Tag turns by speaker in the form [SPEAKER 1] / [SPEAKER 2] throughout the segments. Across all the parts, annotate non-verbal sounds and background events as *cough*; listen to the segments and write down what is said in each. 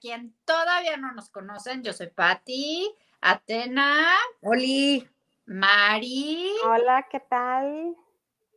[SPEAKER 1] quien todavía no nos conocen, yo soy Patti, Atena,
[SPEAKER 2] Oli,
[SPEAKER 1] Mari,
[SPEAKER 3] Hola, ¿qué tal?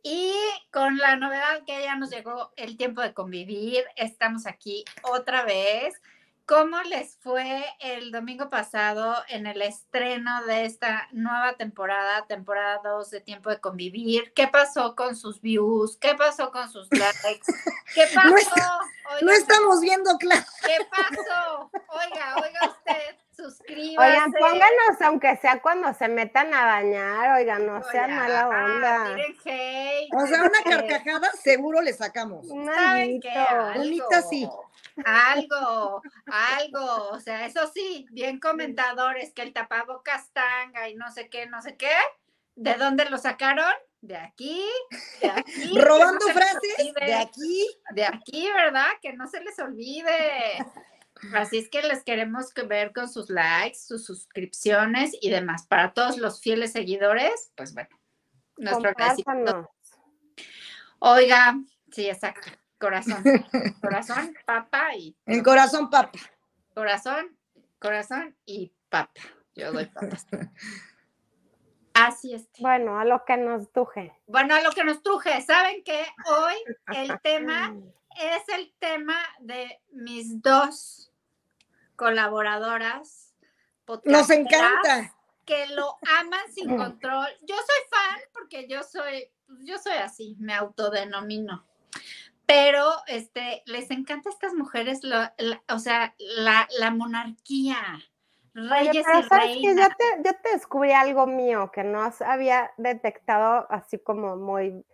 [SPEAKER 1] y con la novedad que ya nos llegó el tiempo de convivir, estamos aquí otra vez. ¿Cómo les fue el domingo pasado en el estreno de esta nueva temporada, temporada 2 de Tiempo de Convivir? ¿Qué pasó con sus views? ¿Qué pasó con
[SPEAKER 2] *laughs*
[SPEAKER 1] sus likes? ¿Qué pasó?
[SPEAKER 2] No está- no
[SPEAKER 1] Oigan,
[SPEAKER 2] estamos viendo claro.
[SPEAKER 1] ¿Qué pasó? Oiga, oiga usted, suscríbase.
[SPEAKER 3] Oigan, pónganos, aunque sea cuando se metan a bañar, oigan, no sean
[SPEAKER 1] Oiga,
[SPEAKER 3] mala onda.
[SPEAKER 1] ah, tiren hate,
[SPEAKER 2] O
[SPEAKER 1] *laughs*
[SPEAKER 2] sea, una
[SPEAKER 1] porque,
[SPEAKER 2] carcajada seguro le sacamos.
[SPEAKER 3] Un
[SPEAKER 1] ¿Saben qué? Ah,
[SPEAKER 3] maldito.
[SPEAKER 2] Bonita sí.
[SPEAKER 1] Algo, algo. O sea, eso sí, bien comentadores, que el tapabocas tanga y no sé qué, no sé qué. ¿De dónde lo sacaron? De aquí, de aquí. que no
[SPEAKER 2] Robando
[SPEAKER 1] se les
[SPEAKER 2] frases de
[SPEAKER 1] olvide.
[SPEAKER 2] aquí.
[SPEAKER 1] de aquí, ¿verdad? Que no se les olvide. Así es que les queremos que ver con sus likes, sus suscripciones y demás. Para todos los fieles seguidores, pues bueno, nuestro agradecimiento.
[SPEAKER 3] Compártanos.
[SPEAKER 1] Oiga, sí, exacto. Corazón, corazón, papa y
[SPEAKER 2] El corazón, papá.
[SPEAKER 1] corazón, corazón y papa. Yo doy papas. Así es.
[SPEAKER 3] Bueno, a lo que nos duje.
[SPEAKER 1] Bueno, a lo que nos truje, ¿saben que Hoy el tema
[SPEAKER 3] Mm.
[SPEAKER 1] es el tema de mis dos colaboradoras.
[SPEAKER 2] Nos
[SPEAKER 1] podcasteras,
[SPEAKER 2] encanta.
[SPEAKER 1] Que lo aman
[SPEAKER 3] Mm.
[SPEAKER 1] sin control. Yo soy fan porque yo soy, pues, yo soy así, me autodenomino. Pero este, les encanta a estas mujeres, lo- la- o sea, la, la monarquía,
[SPEAKER 3] Oye,
[SPEAKER 1] reyes
[SPEAKER 3] pero
[SPEAKER 1] y
[SPEAKER 3] sabes que yo
[SPEAKER 1] reinas.
[SPEAKER 3] te, yo te descubrí algo mío que no as- había detectado así como muy.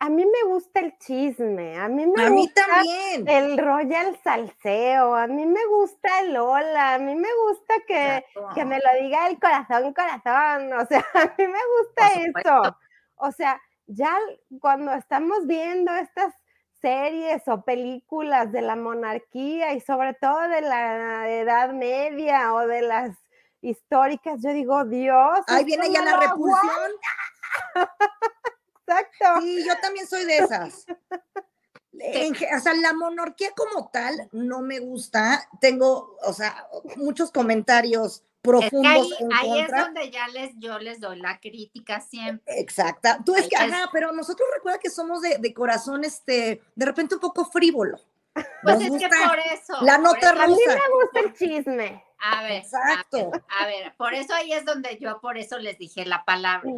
[SPEAKER 3] A mí me gusta el chisme, a mí me
[SPEAKER 2] A mí
[SPEAKER 3] gusta
[SPEAKER 2] también.
[SPEAKER 3] el royal salseo, a mí me gusta el hola, a mí me gusta que,
[SPEAKER 1] Ah.
[SPEAKER 3] que me lo diga el corazón, corazón, o sea, *laughs* a mí me gusta
[SPEAKER 1] Por supuesto.
[SPEAKER 3] eso. O sea, ya l- cuando estamos viendo estas series o películas de la monarquía y sobre todo de la Edad Media o de las históricas, yo digo, Dios.
[SPEAKER 2] Ahí
[SPEAKER 3] esto
[SPEAKER 2] viene ya
[SPEAKER 3] no
[SPEAKER 2] la
[SPEAKER 3] lo
[SPEAKER 2] repulsión.
[SPEAKER 3] aguanto". Exacto.
[SPEAKER 2] Sí, yo también soy de
[SPEAKER 1] *laughs*
[SPEAKER 2] esas. En ge- o sea, la monarquía como tal no me gusta. Tengo, o sea, muchos comentarios
[SPEAKER 1] Es que ahí,
[SPEAKER 2] profundos en
[SPEAKER 1] ahí es
[SPEAKER 2] contra.
[SPEAKER 1] donde ya les, yo les doy la crítica siempre.
[SPEAKER 2] Exacta. Tú es
[SPEAKER 1] Ahí
[SPEAKER 2] que,
[SPEAKER 1] es.
[SPEAKER 2] ajá, pero nosotros recuerda que somos de, de corazón, este, de repente un poco frívolo.
[SPEAKER 1] *laughs* Pues
[SPEAKER 2] Nos
[SPEAKER 1] es
[SPEAKER 2] gusta
[SPEAKER 1] que por eso.
[SPEAKER 2] la
[SPEAKER 1] por
[SPEAKER 2] nota
[SPEAKER 1] eso- Ah,
[SPEAKER 3] A mí
[SPEAKER 2] rosa.
[SPEAKER 3] me gusta el chisme.
[SPEAKER 1] A ver,
[SPEAKER 2] Exacto.
[SPEAKER 1] a ver, por eso ahí es donde yo por eso les dije la palabra,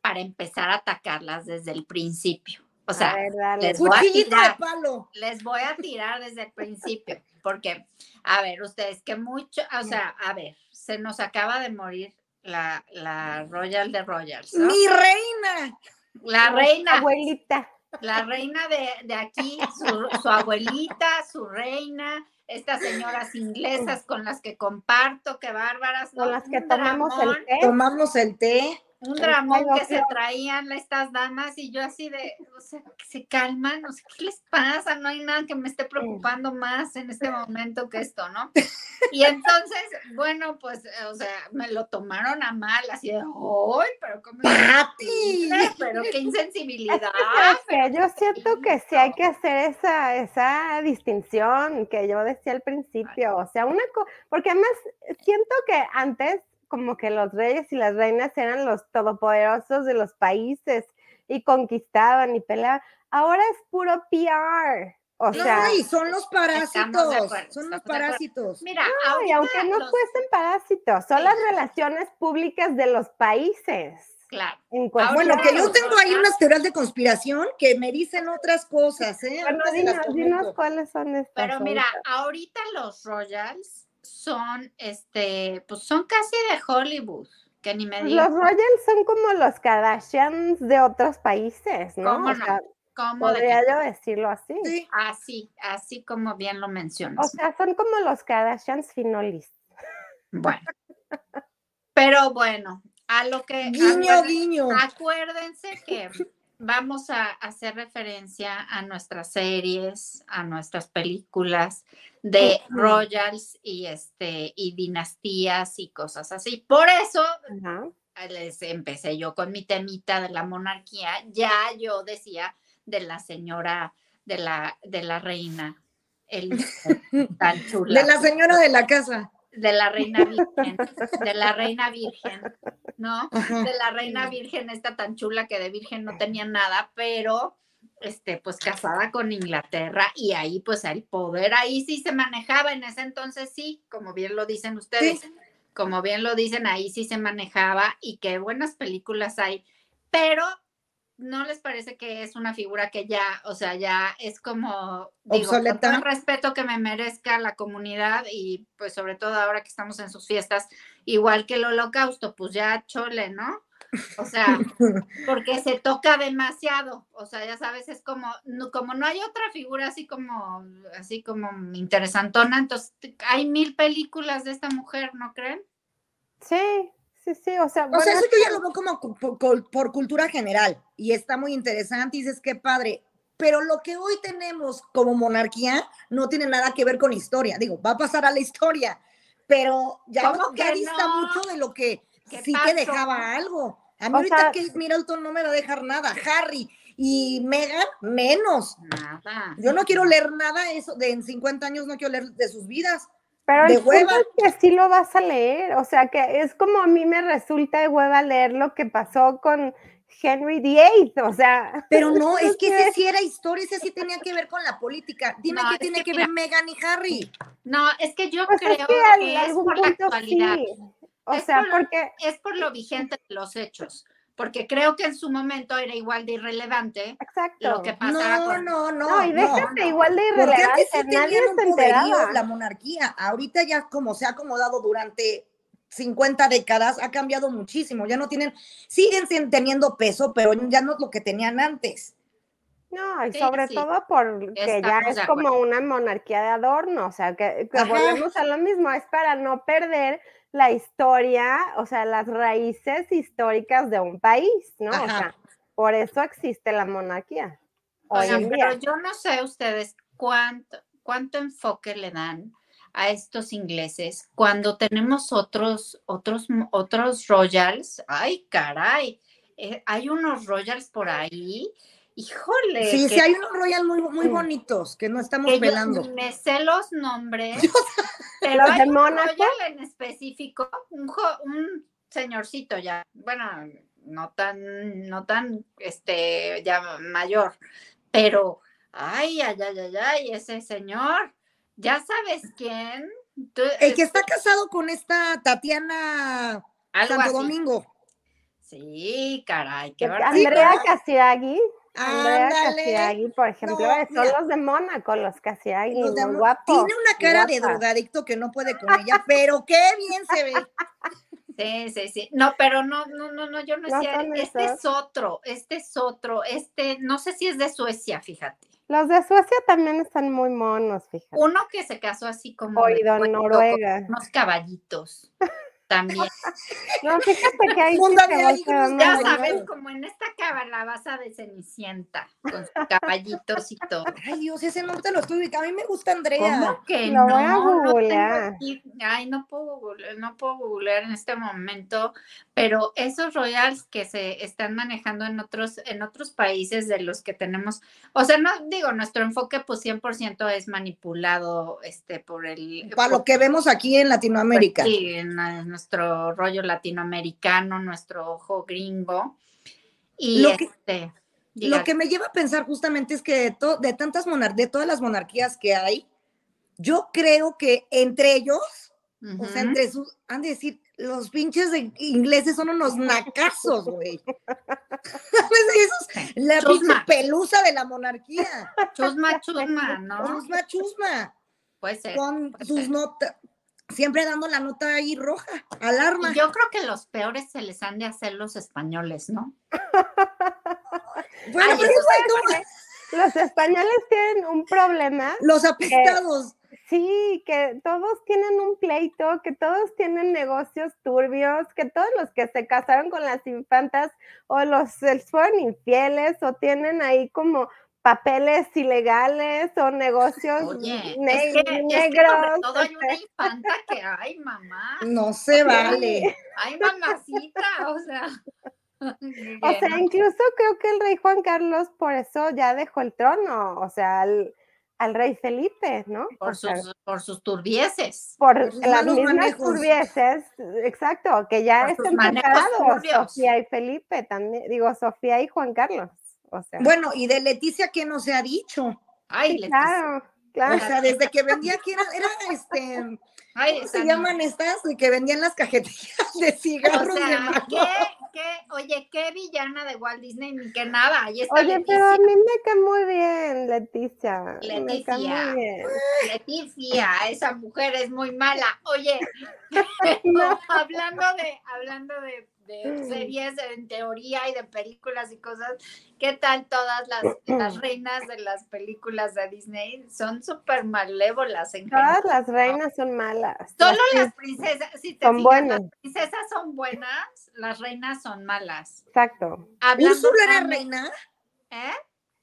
[SPEAKER 1] para empezar a atacarlas desde el principio. O
[SPEAKER 3] a
[SPEAKER 1] sea,
[SPEAKER 3] ver, dale.
[SPEAKER 1] les voy a
[SPEAKER 2] Cuchillito de
[SPEAKER 1] tirar.
[SPEAKER 2] palo.
[SPEAKER 1] les voy a tirar desde el principio, porque, a ver, ustedes que mucho, o sea, a ver, se nos acaba de morir la, la Royal de Royals, ¿no? pues,
[SPEAKER 2] Mi reina.
[SPEAKER 1] La
[SPEAKER 3] Nuestra
[SPEAKER 1] reina,
[SPEAKER 3] Abuelita.
[SPEAKER 1] la reina de, de aquí, su, su abuelita, su reina, estas señoras inglesas con las que comparto, qué bárbaras, ¿no?
[SPEAKER 3] con las que
[SPEAKER 1] Un
[SPEAKER 3] tomamos
[SPEAKER 1] dramón.
[SPEAKER 3] el té.
[SPEAKER 2] Tomamos el té.
[SPEAKER 1] un
[SPEAKER 3] El
[SPEAKER 1] dramón
[SPEAKER 3] palo
[SPEAKER 1] que se
[SPEAKER 3] feo.
[SPEAKER 1] traían la- estas damas y yo así de, o sea, que se calman, no sé qué les pasa, no hay nada que me esté preocupando más en
[SPEAKER 3] *laughs*
[SPEAKER 1] este momento que esto, ¿no? Y entonces, bueno, pues, eh, o sea, me lo tomaron a mal, así de, ¡ay, pero cómo! es
[SPEAKER 2] ¡Pati!
[SPEAKER 1] posible! Pero qué
[SPEAKER 3] *laughs*
[SPEAKER 1] insensibilidad.
[SPEAKER 3] Pero yo siento que sí hay que hacer esa, esa distinción que yo decía al principio, o sea, una co- porque además siento que antes como que los reyes y las reinas eran los todopoderosos de los países y conquistaban y peleaban, ahora es puro PR, o sea,
[SPEAKER 2] No, y son los
[SPEAKER 1] estamos de
[SPEAKER 2] parásitos.
[SPEAKER 1] acuerdo,
[SPEAKER 2] son los
[SPEAKER 1] estamos de acuerdo.
[SPEAKER 2] parásitos.
[SPEAKER 1] Mira,
[SPEAKER 3] y
[SPEAKER 1] ahorita
[SPEAKER 3] aunque no
[SPEAKER 1] los-
[SPEAKER 3] fuesen parásitos, son las relaciones públicas de los países.
[SPEAKER 1] claro,
[SPEAKER 3] En cuestión
[SPEAKER 2] Bueno, que yo
[SPEAKER 1] los
[SPEAKER 2] tengo ahí
[SPEAKER 1] otros.
[SPEAKER 2] unas teorías de conspiración que me dicen otras cosas, ¿eh?
[SPEAKER 3] Bueno,
[SPEAKER 2] Ahorita se las
[SPEAKER 3] dinos, dinos
[SPEAKER 2] comento.
[SPEAKER 3] cuáles son estas.
[SPEAKER 1] Pero mira, ahorita
[SPEAKER 3] ahorita.
[SPEAKER 1] los Royals son, este, pues son casi de Hollywood, que ni me
[SPEAKER 3] Pues
[SPEAKER 1] digas.
[SPEAKER 3] Los Royals son como los Kardashians de otros países, ¿no?
[SPEAKER 1] ¿Cómo
[SPEAKER 3] O
[SPEAKER 1] no?
[SPEAKER 3] sea,
[SPEAKER 1] ¿Cómo de
[SPEAKER 3] podría yo decirlo así.
[SPEAKER 2] Sí.
[SPEAKER 1] Así, así como bien lo
[SPEAKER 3] O
[SPEAKER 1] mencionas.
[SPEAKER 3] sea, son como los Kardashians finolis.
[SPEAKER 1] bueno. Pero bueno, a lo que
[SPEAKER 2] Guiño,
[SPEAKER 1] acuérdense-
[SPEAKER 2] guiño.
[SPEAKER 1] acuérdense que vamos a hacer referencia a nuestras series, a nuestras películas de
[SPEAKER 3] Ujú.
[SPEAKER 1] royals y este y dinastías y cosas así. Por eso
[SPEAKER 3] Ajá.
[SPEAKER 1] les empecé yo con mi temita de la monarquía, ya yo decía de la señora, de la, de la reina, el
[SPEAKER 2] *laughs*
[SPEAKER 1] tan chula.
[SPEAKER 2] De la señora de la casa.
[SPEAKER 1] de la reina virgen, de la reina virgen, ¿no?
[SPEAKER 2] Ajá.
[SPEAKER 1] De la reina virgen, esta tan chula que de virgen no tenía nada, pero este, pues casada con Inglaterra y ahí pues el poder ahí sí se manejaba, en ese entonces sí, como bien lo dicen ustedes, como bien lo dicen, ahí sí se manejaba y qué buenas películas hay, pero ¿no les parece que es una figura que ya, o sea, ya es como, digo, con
[SPEAKER 2] Obsoleta.
[SPEAKER 1] todo el respeto que me merezca la comunidad y pues sobre todo ahora que estamos en sus fiestas, igual que el holocausto, pues ya chole, ¿no? O
[SPEAKER 3] *laughs*
[SPEAKER 1] sea,
[SPEAKER 2] *laughs*
[SPEAKER 1] porque se toca demasiado, o sea, ya sabes, es como, no, como no hay otra figura así como, así como interesantona, entonces hay mil películas de esta mujer, ¿no creen?
[SPEAKER 3] Sí, sí, sí, o sea,
[SPEAKER 2] O sea,
[SPEAKER 3] bueno,
[SPEAKER 2] eso yo ya lo veo como cu- por, col- por cultura general y está muy interesante y dices, qué padre. Pero lo que hoy tenemos como monarquía no tiene nada que ver con historia. Digo, va a pasar a la historia, pero ya,
[SPEAKER 1] ¿Cómo
[SPEAKER 2] no- ya
[SPEAKER 1] que
[SPEAKER 2] dista
[SPEAKER 1] no?
[SPEAKER 2] mucho de lo que
[SPEAKER 1] ¿Qué
[SPEAKER 2] sí
[SPEAKER 1] pasó?
[SPEAKER 2] que dejaba algo. A mí
[SPEAKER 3] O
[SPEAKER 2] ahorita
[SPEAKER 3] sea-
[SPEAKER 2] Kate Middleton no me va a dejar nada. Harry y Meghan, menos.
[SPEAKER 1] Nada.
[SPEAKER 2] Yo no quiero leer nada de eso. De en 50 años no quiero leer de sus vidas.
[SPEAKER 3] pero
[SPEAKER 2] de
[SPEAKER 3] el punto
[SPEAKER 2] hueva.
[SPEAKER 3] es que sí lo vas a leer, o sea, que es como a mí me resulta de hueva leer lo que pasó con Henry VIII, o sea,
[SPEAKER 2] Pero no, es que
[SPEAKER 3] sé.
[SPEAKER 2] ese sí era historia, ese sí tenía que ver con la política. Dime
[SPEAKER 1] No,
[SPEAKER 2] qué
[SPEAKER 1] es
[SPEAKER 2] tiene
[SPEAKER 1] que
[SPEAKER 2] que, ver Meghan y Harry.
[SPEAKER 1] No, es que yo
[SPEAKER 3] *laughs* pues
[SPEAKER 1] creo
[SPEAKER 3] es que al-
[SPEAKER 1] que es
[SPEAKER 3] algún
[SPEAKER 1] por la
[SPEAKER 3] punto
[SPEAKER 1] actualidad.
[SPEAKER 3] sí, o
[SPEAKER 1] Es
[SPEAKER 3] sea,
[SPEAKER 1] por-
[SPEAKER 3] porque
[SPEAKER 1] es por lo vigente de los hechos, porque creo que en su momento era igual de irrelevante
[SPEAKER 3] Exacto.
[SPEAKER 1] lo que pasaba
[SPEAKER 2] No,
[SPEAKER 1] con...
[SPEAKER 2] no, no.
[SPEAKER 3] No, y
[SPEAKER 2] no.
[SPEAKER 3] déjate igual de
[SPEAKER 2] Porque antes
[SPEAKER 3] irrelevante,
[SPEAKER 2] sí
[SPEAKER 3] nadie
[SPEAKER 2] tenían un
[SPEAKER 3] se
[SPEAKER 2] poderío
[SPEAKER 3] enteraba.
[SPEAKER 2] la monarquía. Ahorita ya como se ha acomodado durante 50 décadas, ha cambiado muchísimo. Ya no tienen, siguen sin- teniendo peso, pero ya no es lo que tenían antes.
[SPEAKER 3] No, y
[SPEAKER 1] Sí,
[SPEAKER 3] sobre
[SPEAKER 1] sí.
[SPEAKER 3] todo porque ya
[SPEAKER 1] Estamos
[SPEAKER 3] es
[SPEAKER 1] de acuerdo.
[SPEAKER 3] como una monarquía de adorno, o sea, que, que
[SPEAKER 2] Ajá.
[SPEAKER 3] volvemos a lo mismo, es para no perder la historia, o sea, las raíces históricas de un país, ¿no? O
[SPEAKER 2] Ajá.
[SPEAKER 3] sea, por eso existe la monarquía. Hoy
[SPEAKER 1] Oigan,
[SPEAKER 3] en día.
[SPEAKER 1] pero yo no sé ustedes cuánto, cuánto enfoque le dan a estos ingleses cuando tenemos otros, otros, otros royals. Ay, caray, eh, hay unos royals por ahí. Híjole,
[SPEAKER 2] Sí,
[SPEAKER 1] que-
[SPEAKER 2] sí, hay unos royal muy, muy
[SPEAKER 3] Mm.
[SPEAKER 2] bonitos que no estamos
[SPEAKER 1] que yo
[SPEAKER 2] pelando.
[SPEAKER 1] ni me sé los nombres, pero
[SPEAKER 3] Los de
[SPEAKER 1] hay un
[SPEAKER 3] Mónaco.
[SPEAKER 1] royal en específico, un, jo- un señorcito ya, bueno, no tan, no tan, este, ya mayor, pero, ay, ay, ay, ay, ay, ese señor, ya sabes quién, tú-
[SPEAKER 2] El que está casado con esta Tatiana
[SPEAKER 1] este algo
[SPEAKER 2] Santo
[SPEAKER 1] así.
[SPEAKER 2] Domingo.
[SPEAKER 1] Sí, caray, qué barbaridad.
[SPEAKER 3] Andrea Casiraghi, Andrea
[SPEAKER 2] Ándale.
[SPEAKER 3] Casiraghi, por ejemplo,
[SPEAKER 2] No,
[SPEAKER 3] son
[SPEAKER 2] mira.
[SPEAKER 3] los de Mónaco, los Casiraghi,
[SPEAKER 2] Los
[SPEAKER 3] muy
[SPEAKER 2] demás-
[SPEAKER 3] guapos.
[SPEAKER 2] Tiene una cara de
[SPEAKER 3] guapa.
[SPEAKER 2] drogadicto que no puede con ella, pero qué bien se ve.
[SPEAKER 1] Sí, sí, sí. No, pero no, no, no, no, yo no,
[SPEAKER 3] No
[SPEAKER 1] decía,
[SPEAKER 3] son
[SPEAKER 1] este
[SPEAKER 3] esos.
[SPEAKER 1] es otro, este es otro, este, no sé si es de Suecia, fíjate.
[SPEAKER 3] Los de Suecia también están muy monos, fíjate.
[SPEAKER 1] Uno que se casó así como de
[SPEAKER 3] Oído
[SPEAKER 1] cuento,
[SPEAKER 3] Noruega.
[SPEAKER 1] con unos caballitos.
[SPEAKER 3] *laughs*
[SPEAKER 1] También.
[SPEAKER 3] No, fíjate que hay
[SPEAKER 2] Funda de ahí unos
[SPEAKER 1] ya
[SPEAKER 2] Noruega.
[SPEAKER 1] sabes, como en esta cabalabaza de Cenicienta, con sus caballitos y
[SPEAKER 3] *laughs*
[SPEAKER 1] todo.
[SPEAKER 2] Ay, Dios, ese no te lo estoy ubicando. A mí me gusta Andrea.
[SPEAKER 1] ¿Cómo que no?
[SPEAKER 3] Lo voy a
[SPEAKER 1] No tengo
[SPEAKER 3] googlear.
[SPEAKER 1] aquí- Ay, no puedo, googlear, no puedo googlear en este momento, pero esos royals que se están manejando en otros, en otros países de los que tenemos, o sea, no digo, nuestro enfoque pues 100% es manipulado este, por el...
[SPEAKER 2] Para
[SPEAKER 1] por-
[SPEAKER 2] lo que vemos aquí en Latinoamérica.
[SPEAKER 1] Sí, en la- nuestro rollo latinoamericano, nuestro ojo gringo. Y
[SPEAKER 2] Lo que-
[SPEAKER 1] este, diga-
[SPEAKER 2] Lo que me lleva a pensar justamente es que de, to- de tantas monar de todas las monarquías que hay, yo creo que entre ellos, o sea,
[SPEAKER 1] Ujú.
[SPEAKER 2] entre sus, han de decir, los pinches de ingleses son unos nacazos, güey. *laughs* Pues Esos- la
[SPEAKER 1] Chusma.
[SPEAKER 2] pinche pelusa de la monarquía.
[SPEAKER 1] chusma, chusma, ¿no?
[SPEAKER 2] Chusma, chusma.
[SPEAKER 1] Puede ser.
[SPEAKER 2] Con
[SPEAKER 1] puede
[SPEAKER 2] sus
[SPEAKER 1] ser.
[SPEAKER 2] notas, siempre dando la nota ahí roja, alarma.
[SPEAKER 1] Y yo creo que los peores se les han de hacer los españoles, ¿no?
[SPEAKER 2] bueno, pues,
[SPEAKER 1] Ay,
[SPEAKER 2] pero eso es como
[SPEAKER 3] Los españoles tienen un problema,
[SPEAKER 2] *laughs* los apestados.
[SPEAKER 3] sí, que todos tienen un pleito, que todos tienen negocios turbios, que todos los que se casaron con las infantas o los eh, fueron infieles o tienen ahí como papeles ilegales o negocios
[SPEAKER 1] Oye,
[SPEAKER 3] ne-
[SPEAKER 1] es que, es que sobre
[SPEAKER 3] negros.
[SPEAKER 1] todo hay una infanta que, ay, mamá,
[SPEAKER 2] No
[SPEAKER 1] *laughs*
[SPEAKER 2] se vale.
[SPEAKER 1] ay, mamacita, o sea. *laughs*
[SPEAKER 3] O sea, incluso creo que el rey Juan Carlos por eso ya dejó el trono. O sea, el- al rey Felipe, ¿no?
[SPEAKER 1] Por,
[SPEAKER 3] O sea,
[SPEAKER 1] sus, por sus turbieces.
[SPEAKER 3] por
[SPEAKER 2] por sus
[SPEAKER 3] las
[SPEAKER 2] malos
[SPEAKER 3] mismas
[SPEAKER 2] manejos.
[SPEAKER 3] turbieses, exacto, que ya
[SPEAKER 1] Por sus
[SPEAKER 3] están
[SPEAKER 1] manejos
[SPEAKER 3] separados,
[SPEAKER 1] turbios.
[SPEAKER 3] Sofía y Felipe también, digo, Sofía y Juan Carlos, o sea,
[SPEAKER 2] Bueno, y de Leticia, ¿qué no se ha dicho?
[SPEAKER 1] Ay,
[SPEAKER 3] sí,
[SPEAKER 1] Leticia.
[SPEAKER 3] claro, claro,
[SPEAKER 2] O sea, desde que vendía, que era, era este,
[SPEAKER 1] Ay,
[SPEAKER 2] ¿cómo se
[SPEAKER 1] esa
[SPEAKER 2] llaman estas? De que vendían las cajetillas de
[SPEAKER 1] O
[SPEAKER 2] cigarros de
[SPEAKER 1] sea,
[SPEAKER 2] mango.
[SPEAKER 1] ¿qué, qué, oye, qué villana de Walt Disney, ni que nada. Ahí está
[SPEAKER 3] Oye, pero a
[SPEAKER 1] Leticia.
[SPEAKER 3] mí me cae muy bien, Leticia. Me cae
[SPEAKER 1] Leticia.
[SPEAKER 3] muy bien.
[SPEAKER 1] Leticia, esa mujer es muy mala. Oye,
[SPEAKER 3] *laughs* No.
[SPEAKER 1] *laughs* hablando de, hablando de, de series en teoría y de películas y cosas, ¿qué tal todas las,
[SPEAKER 3] *clears throat*
[SPEAKER 1] las reinas de las películas de Disney? Son súper malévolas en general.
[SPEAKER 3] Todas las reinas son malas.
[SPEAKER 1] Solo
[SPEAKER 3] las
[SPEAKER 1] las princesas, si te
[SPEAKER 3] son
[SPEAKER 1] fijas,
[SPEAKER 3] buenas.
[SPEAKER 1] las princesas son buenas, las reinas son malas.
[SPEAKER 3] Exacto.
[SPEAKER 1] Hablando
[SPEAKER 2] ¿Úrsula era
[SPEAKER 1] mal-
[SPEAKER 2] reina?
[SPEAKER 1] ¿Eh?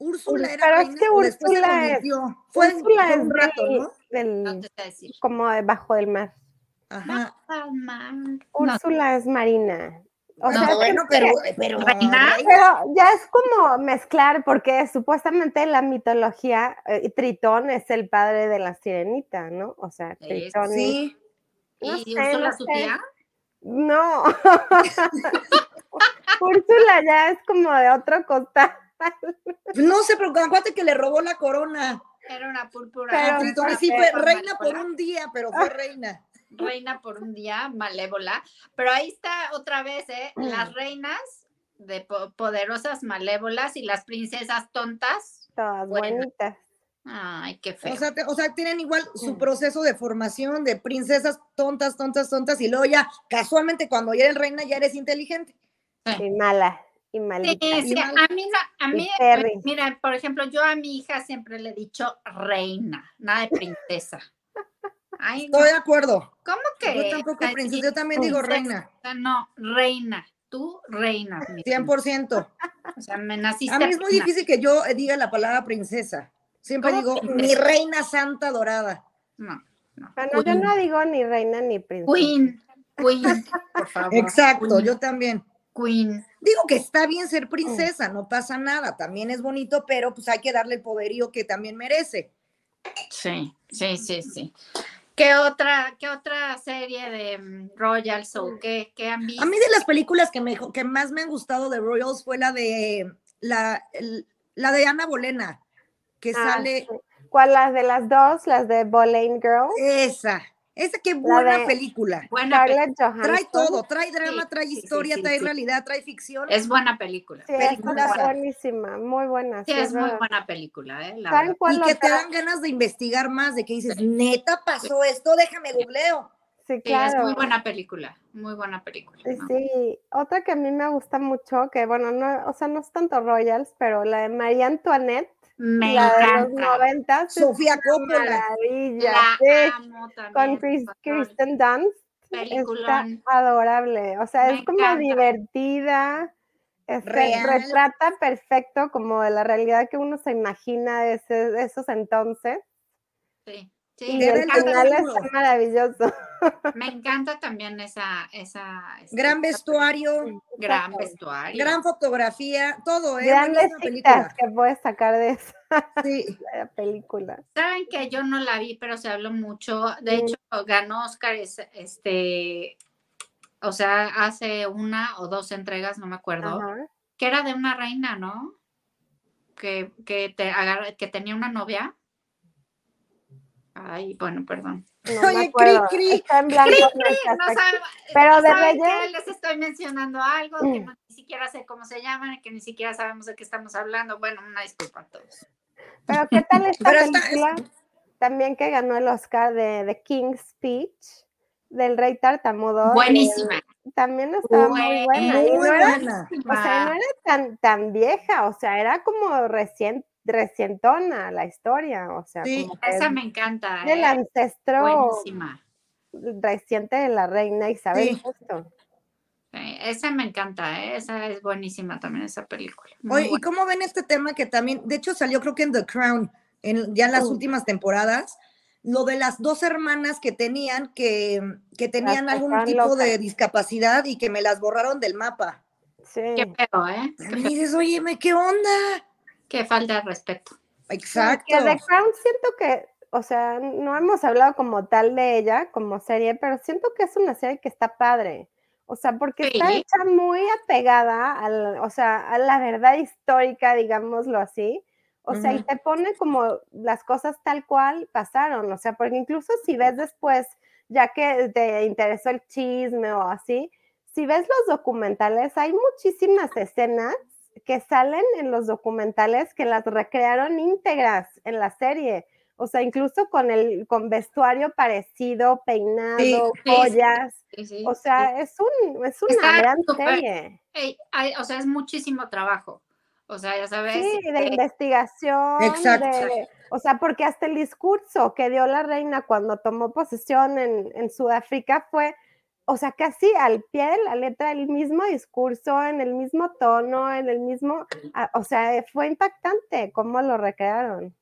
[SPEAKER 2] Úrsula era
[SPEAKER 3] Pero es
[SPEAKER 2] reina.
[SPEAKER 3] que
[SPEAKER 2] o después se
[SPEAKER 3] Úrsula es-
[SPEAKER 2] convirtió? Fue,
[SPEAKER 3] Úrsula
[SPEAKER 2] fue
[SPEAKER 3] es
[SPEAKER 2] un Pues, rato,
[SPEAKER 3] del-
[SPEAKER 2] ¿no?
[SPEAKER 3] del-
[SPEAKER 1] No te sé decir.
[SPEAKER 3] como debajo del mar.
[SPEAKER 2] Ajá.
[SPEAKER 1] Batman. No,
[SPEAKER 3] Úrsula es marina. O
[SPEAKER 1] No,
[SPEAKER 3] sea,
[SPEAKER 2] Ah, bueno, pero, pero
[SPEAKER 1] Reina.
[SPEAKER 3] pero ya es como mezclar, porque supuestamente la mitología, eh, Tritón es el padre de la sirenita, ¿no? O sea,
[SPEAKER 1] Sí,
[SPEAKER 3] Tritón.
[SPEAKER 2] Sí,
[SPEAKER 3] no
[SPEAKER 1] ¿Y
[SPEAKER 3] sé,
[SPEAKER 1] Úrsula
[SPEAKER 3] no
[SPEAKER 1] su
[SPEAKER 3] sé.
[SPEAKER 1] tía?
[SPEAKER 3] No. *laughs* Úrsula ya es como de otro costal.
[SPEAKER 2] no sé, pero acuérdate que le robó la corona.
[SPEAKER 1] Era una púrpura.
[SPEAKER 3] Pero-
[SPEAKER 1] una
[SPEAKER 2] Entonces sí
[SPEAKER 1] púrpura
[SPEAKER 2] fue reina por
[SPEAKER 1] malévola,
[SPEAKER 2] un día, pero fue reina.
[SPEAKER 1] Reina por un día, malévola. Pero ahí está otra vez, ¿eh?
[SPEAKER 2] Mm.
[SPEAKER 1] Las reinas de po- poderosas malévolas y las princesas tontas.
[SPEAKER 3] Todas
[SPEAKER 1] Bueno.
[SPEAKER 3] bonitas.
[SPEAKER 1] Ay, qué feo.
[SPEAKER 2] O sea, te- o sea, tienen igual su
[SPEAKER 3] Mm.
[SPEAKER 2] proceso de formación de princesas tontas, tontas, tontas, y luego ya, casualmente, cuando ya eres reina, ya eres inteligente.
[SPEAKER 3] Y mala. Y
[SPEAKER 1] Sí,
[SPEAKER 3] maldita.
[SPEAKER 1] sí,
[SPEAKER 2] mal.
[SPEAKER 1] a mí, no- a mí,
[SPEAKER 3] Perry.
[SPEAKER 1] mira, por ejemplo, yo a mi hija siempre le he dicho reina, nada de princesa. Ay, no,
[SPEAKER 2] Estoy de acuerdo.
[SPEAKER 1] ¿cómo que?
[SPEAKER 2] Yo tampoco
[SPEAKER 1] Ay,
[SPEAKER 2] princesa, yo también digo reina,
[SPEAKER 1] princesa, No, reina, tú reina. mi reina.
[SPEAKER 2] 100%.
[SPEAKER 1] O sea, me naciste.
[SPEAKER 2] A mí es muy
[SPEAKER 1] reina.
[SPEAKER 2] difícil que yo eh, diga la palabra princesa. Siempre
[SPEAKER 1] ¿Cómo
[SPEAKER 2] digo,
[SPEAKER 1] princesa?
[SPEAKER 2] mi reina santa dorada.
[SPEAKER 1] No, no.
[SPEAKER 3] Bueno, yo
[SPEAKER 1] Queen.
[SPEAKER 3] Ah, no digo ni reina ni princesa.
[SPEAKER 1] Queen, Queen,
[SPEAKER 3] *laughs*
[SPEAKER 1] por favor.
[SPEAKER 2] Exacto,
[SPEAKER 1] Queen,
[SPEAKER 2] yo también.
[SPEAKER 1] Queen.
[SPEAKER 2] Digo que está bien ser princesa, no pasa nada, también es bonito, pero pues hay que darle el poderío que también merece.
[SPEAKER 1] Sí, sí, sí, sí. ¿Qué otra, qué otra serie de mm, Royals o qué, qué han visto?
[SPEAKER 2] A mí de las películas que, me, que más me han gustado de Royals fue la de la, el- la de Ana Bolena, que
[SPEAKER 3] Ah,
[SPEAKER 2] sale
[SPEAKER 3] sí. ¿Cuál? ¿Las de las dos? ¿Las de Boleyn Girl?
[SPEAKER 2] esa. Esa qué buena
[SPEAKER 3] de-
[SPEAKER 2] película.
[SPEAKER 1] Buena pe-
[SPEAKER 3] Scarlett Johansson.
[SPEAKER 2] Trae todo, trae drama,
[SPEAKER 1] Sí,
[SPEAKER 2] trae
[SPEAKER 1] sí, sí,
[SPEAKER 2] historia,
[SPEAKER 1] sí,
[SPEAKER 2] trae
[SPEAKER 1] sí.
[SPEAKER 2] realidad, trae ficción.
[SPEAKER 1] es buena película.
[SPEAKER 3] Sí, esta
[SPEAKER 2] película
[SPEAKER 3] está
[SPEAKER 2] buena.
[SPEAKER 3] buenísima. Muy buena.
[SPEAKER 1] Sí,
[SPEAKER 3] sí,
[SPEAKER 1] es muy
[SPEAKER 3] verdad.
[SPEAKER 1] buena película, ¿eh? La
[SPEAKER 3] ¿Saben
[SPEAKER 1] verdad.
[SPEAKER 3] cuál
[SPEAKER 2] y que te
[SPEAKER 3] otra?
[SPEAKER 2] dan ganas de investigar más, de que dices, neta pasó esto, déjame googleo.
[SPEAKER 3] Sí,
[SPEAKER 1] Sí,
[SPEAKER 3] claro.
[SPEAKER 1] es muy buena película, muy buena película.
[SPEAKER 3] Sí,
[SPEAKER 1] ¿no?
[SPEAKER 3] Pues sí, otra que a mí me gusta mucho, que bueno, no, o sea, no es tanto Royals, pero la de María Antoinette,
[SPEAKER 1] Me
[SPEAKER 3] la de los
[SPEAKER 1] encanta.
[SPEAKER 3] noventas, es
[SPEAKER 2] Sofía
[SPEAKER 3] una
[SPEAKER 2] Coppola.
[SPEAKER 3] maravilla,
[SPEAKER 1] La
[SPEAKER 3] sí,
[SPEAKER 1] amo también.
[SPEAKER 3] con Chris-
[SPEAKER 1] por favor.
[SPEAKER 3] Kristen Dunst, está
[SPEAKER 1] Peliculón.
[SPEAKER 3] adorable, o sea,
[SPEAKER 1] Me
[SPEAKER 3] es como
[SPEAKER 1] encanta.
[SPEAKER 3] divertida, este,
[SPEAKER 2] Real.
[SPEAKER 3] retrata perfecto como de la realidad que uno se imagina de, ese- de esos entonces,
[SPEAKER 1] Sí, sí,
[SPEAKER 2] de
[SPEAKER 3] y
[SPEAKER 1] me,
[SPEAKER 3] el
[SPEAKER 2] verdad,
[SPEAKER 1] encanta,
[SPEAKER 3] final
[SPEAKER 2] seguro.
[SPEAKER 3] está maravilloso.
[SPEAKER 1] me encanta también esa, esa este,
[SPEAKER 2] Gran vestuario,
[SPEAKER 1] gran
[SPEAKER 3] Exacto.
[SPEAKER 1] vestuario.
[SPEAKER 2] gran fotografía, todo, ¿eh?
[SPEAKER 3] Grandes
[SPEAKER 2] Buenísima
[SPEAKER 3] citas
[SPEAKER 2] película.
[SPEAKER 3] que puedes sacar de esa
[SPEAKER 2] Sí.
[SPEAKER 3] película.
[SPEAKER 1] Saben que yo no la vi, pero se habló mucho. De
[SPEAKER 3] Mm.
[SPEAKER 1] hecho, ganó Oscar, es- este, o sea, hace una o dos entregas, no me acuerdo,
[SPEAKER 3] Ajá.
[SPEAKER 1] que era de una reina, ¿no? Que, que, te agarra- que tenía una novia. Ay, bueno, perdón.
[SPEAKER 3] No me
[SPEAKER 2] Oye, cri,
[SPEAKER 3] acuerdo,
[SPEAKER 2] cri,
[SPEAKER 3] está en blanco nuestra
[SPEAKER 1] No
[SPEAKER 3] sac-
[SPEAKER 1] saben-
[SPEAKER 3] Pero de
[SPEAKER 1] saben que
[SPEAKER 3] Reyes-
[SPEAKER 1] les estoy mencionando algo que
[SPEAKER 3] Mm.
[SPEAKER 1] no- ni siquiera sé cómo se llaman, que ni siquiera sabemos de qué estamos hablando. Bueno, una disculpa a todos.
[SPEAKER 3] Pero qué tal esta
[SPEAKER 2] Pero está-
[SPEAKER 3] película también que ganó el Oscar de The King's Speech del Rey Tartamudo.
[SPEAKER 1] Buenísima.
[SPEAKER 3] eh, también estaba muy buena.
[SPEAKER 2] Muy
[SPEAKER 3] y no era,
[SPEAKER 2] buena.
[SPEAKER 3] o sea, no era tan, tan vieja, o sea, era como recién, recientona la historia, o sea,
[SPEAKER 2] Sí,
[SPEAKER 3] como que
[SPEAKER 1] Esa
[SPEAKER 3] es
[SPEAKER 1] me encanta.
[SPEAKER 3] del
[SPEAKER 1] eh.
[SPEAKER 3] ancestro
[SPEAKER 1] Buenísima.
[SPEAKER 3] reciente de la reina Isabel
[SPEAKER 2] Sí.
[SPEAKER 3] justo.
[SPEAKER 1] Sí, esa me encanta, ¿eh? esa es buenísima también, esa película. Muy
[SPEAKER 2] Oye, ¿y
[SPEAKER 1] buena.
[SPEAKER 2] cómo ven este tema que también, de hecho, salió creo que en The Crown, en, ya en las
[SPEAKER 3] Mm.
[SPEAKER 2] últimas temporadas? Lo de las dos hermanas que tenían, que, que tenían algún
[SPEAKER 3] estaban
[SPEAKER 2] tipo de
[SPEAKER 3] locas.
[SPEAKER 2] discapacidad y que me las borraron del
[SPEAKER 3] *laughs*
[SPEAKER 2] mapa.
[SPEAKER 3] Sí.
[SPEAKER 1] Qué feo, ¿eh?
[SPEAKER 2] También dices, oye, ¿qué onda?
[SPEAKER 1] Qué falta de respeto.
[SPEAKER 2] Exacto.
[SPEAKER 3] Que The Crown siento que, o sea, no hemos hablado como tal de ella, como serie, pero siento que es una serie que está padre. O sea, porque
[SPEAKER 1] Sí.
[SPEAKER 3] está hecha muy apegada al, o sea, a la verdad histórica, digámoslo así. O sea, y
[SPEAKER 2] Ujú.
[SPEAKER 3] te pone como las cosas tal cual pasaron. O sea, porque incluso si ves después, ya que te interesó el chisme o así, si ves los documentales, hay muchísimas escenas que salen en los documentales que las recrearon íntegras en la serie. O sea, incluso con el con vestuario parecido, peinado,
[SPEAKER 1] sí.
[SPEAKER 3] joyas.
[SPEAKER 1] Sí, sí,
[SPEAKER 3] O
[SPEAKER 1] sí.
[SPEAKER 3] sea, es, un, es una
[SPEAKER 1] Está
[SPEAKER 3] gran
[SPEAKER 1] súper
[SPEAKER 3] serie.
[SPEAKER 1] Ey, hay- o sea, es muchísimo trabajo. O sea, ya sabes.
[SPEAKER 3] Sí, de
[SPEAKER 1] eh,
[SPEAKER 3] investigación.
[SPEAKER 2] Exacto.
[SPEAKER 3] de- o sea, porque hasta el discurso que dio la reina cuando tomó posesión en, en Sudáfrica fue, o sea, casi al pie de la letra, el mismo discurso, en el mismo tono, en el mismo. ah, O sea, eh, fue impactante cómo lo recrearon.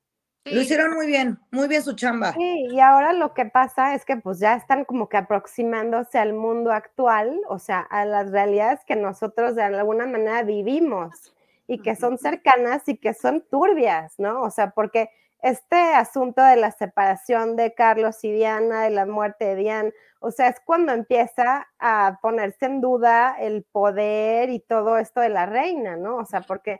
[SPEAKER 1] sí,
[SPEAKER 2] Lo hicieron muy bien, muy bien su chamba.
[SPEAKER 3] Sí, y ahora lo que pasa es que pues ya están como que aproximándose al mundo actual, o sea, a las realidades que nosotros de alguna manera vivimos y que son cercanas y que son turbias, ¿no? O sea, porque este asunto de la separación de Carlos y Diana, de la muerte de Diana, o sea, es cuando empieza a ponerse en duda el poder y todo esto de la reina, ¿no? O sea, porque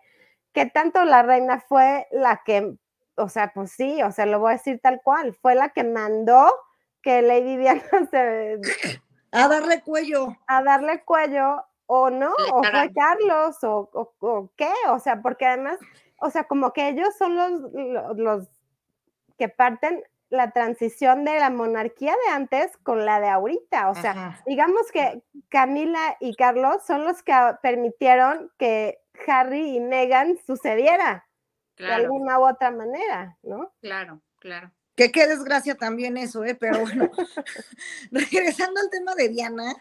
[SPEAKER 3] que tanto la reina fue la que o sea, pues sí, o sea, lo voy a decir tal cual, fue la que mandó que Lady Diana *laughs* se,
[SPEAKER 2] A darle cuello.
[SPEAKER 3] a darle cuello o no,
[SPEAKER 1] Le
[SPEAKER 3] o fue
[SPEAKER 1] cara-
[SPEAKER 3] Carlos o, o- o qué, o sea, porque además, o sea, como que ellos son los, lo- los que parten la transición de la monarquía de antes con la de ahorita, o sea,
[SPEAKER 2] Ajá.
[SPEAKER 3] digamos que Camila y Carlos son los que a- permitieron que Harry y Meghan sucediera de
[SPEAKER 1] Claro,
[SPEAKER 3] alguna u otra manera, ¿no?
[SPEAKER 1] claro, claro.
[SPEAKER 2] Que qué desgracia también eso, ¿eh? Pero bueno, *laughs* regresando al tema de Diana,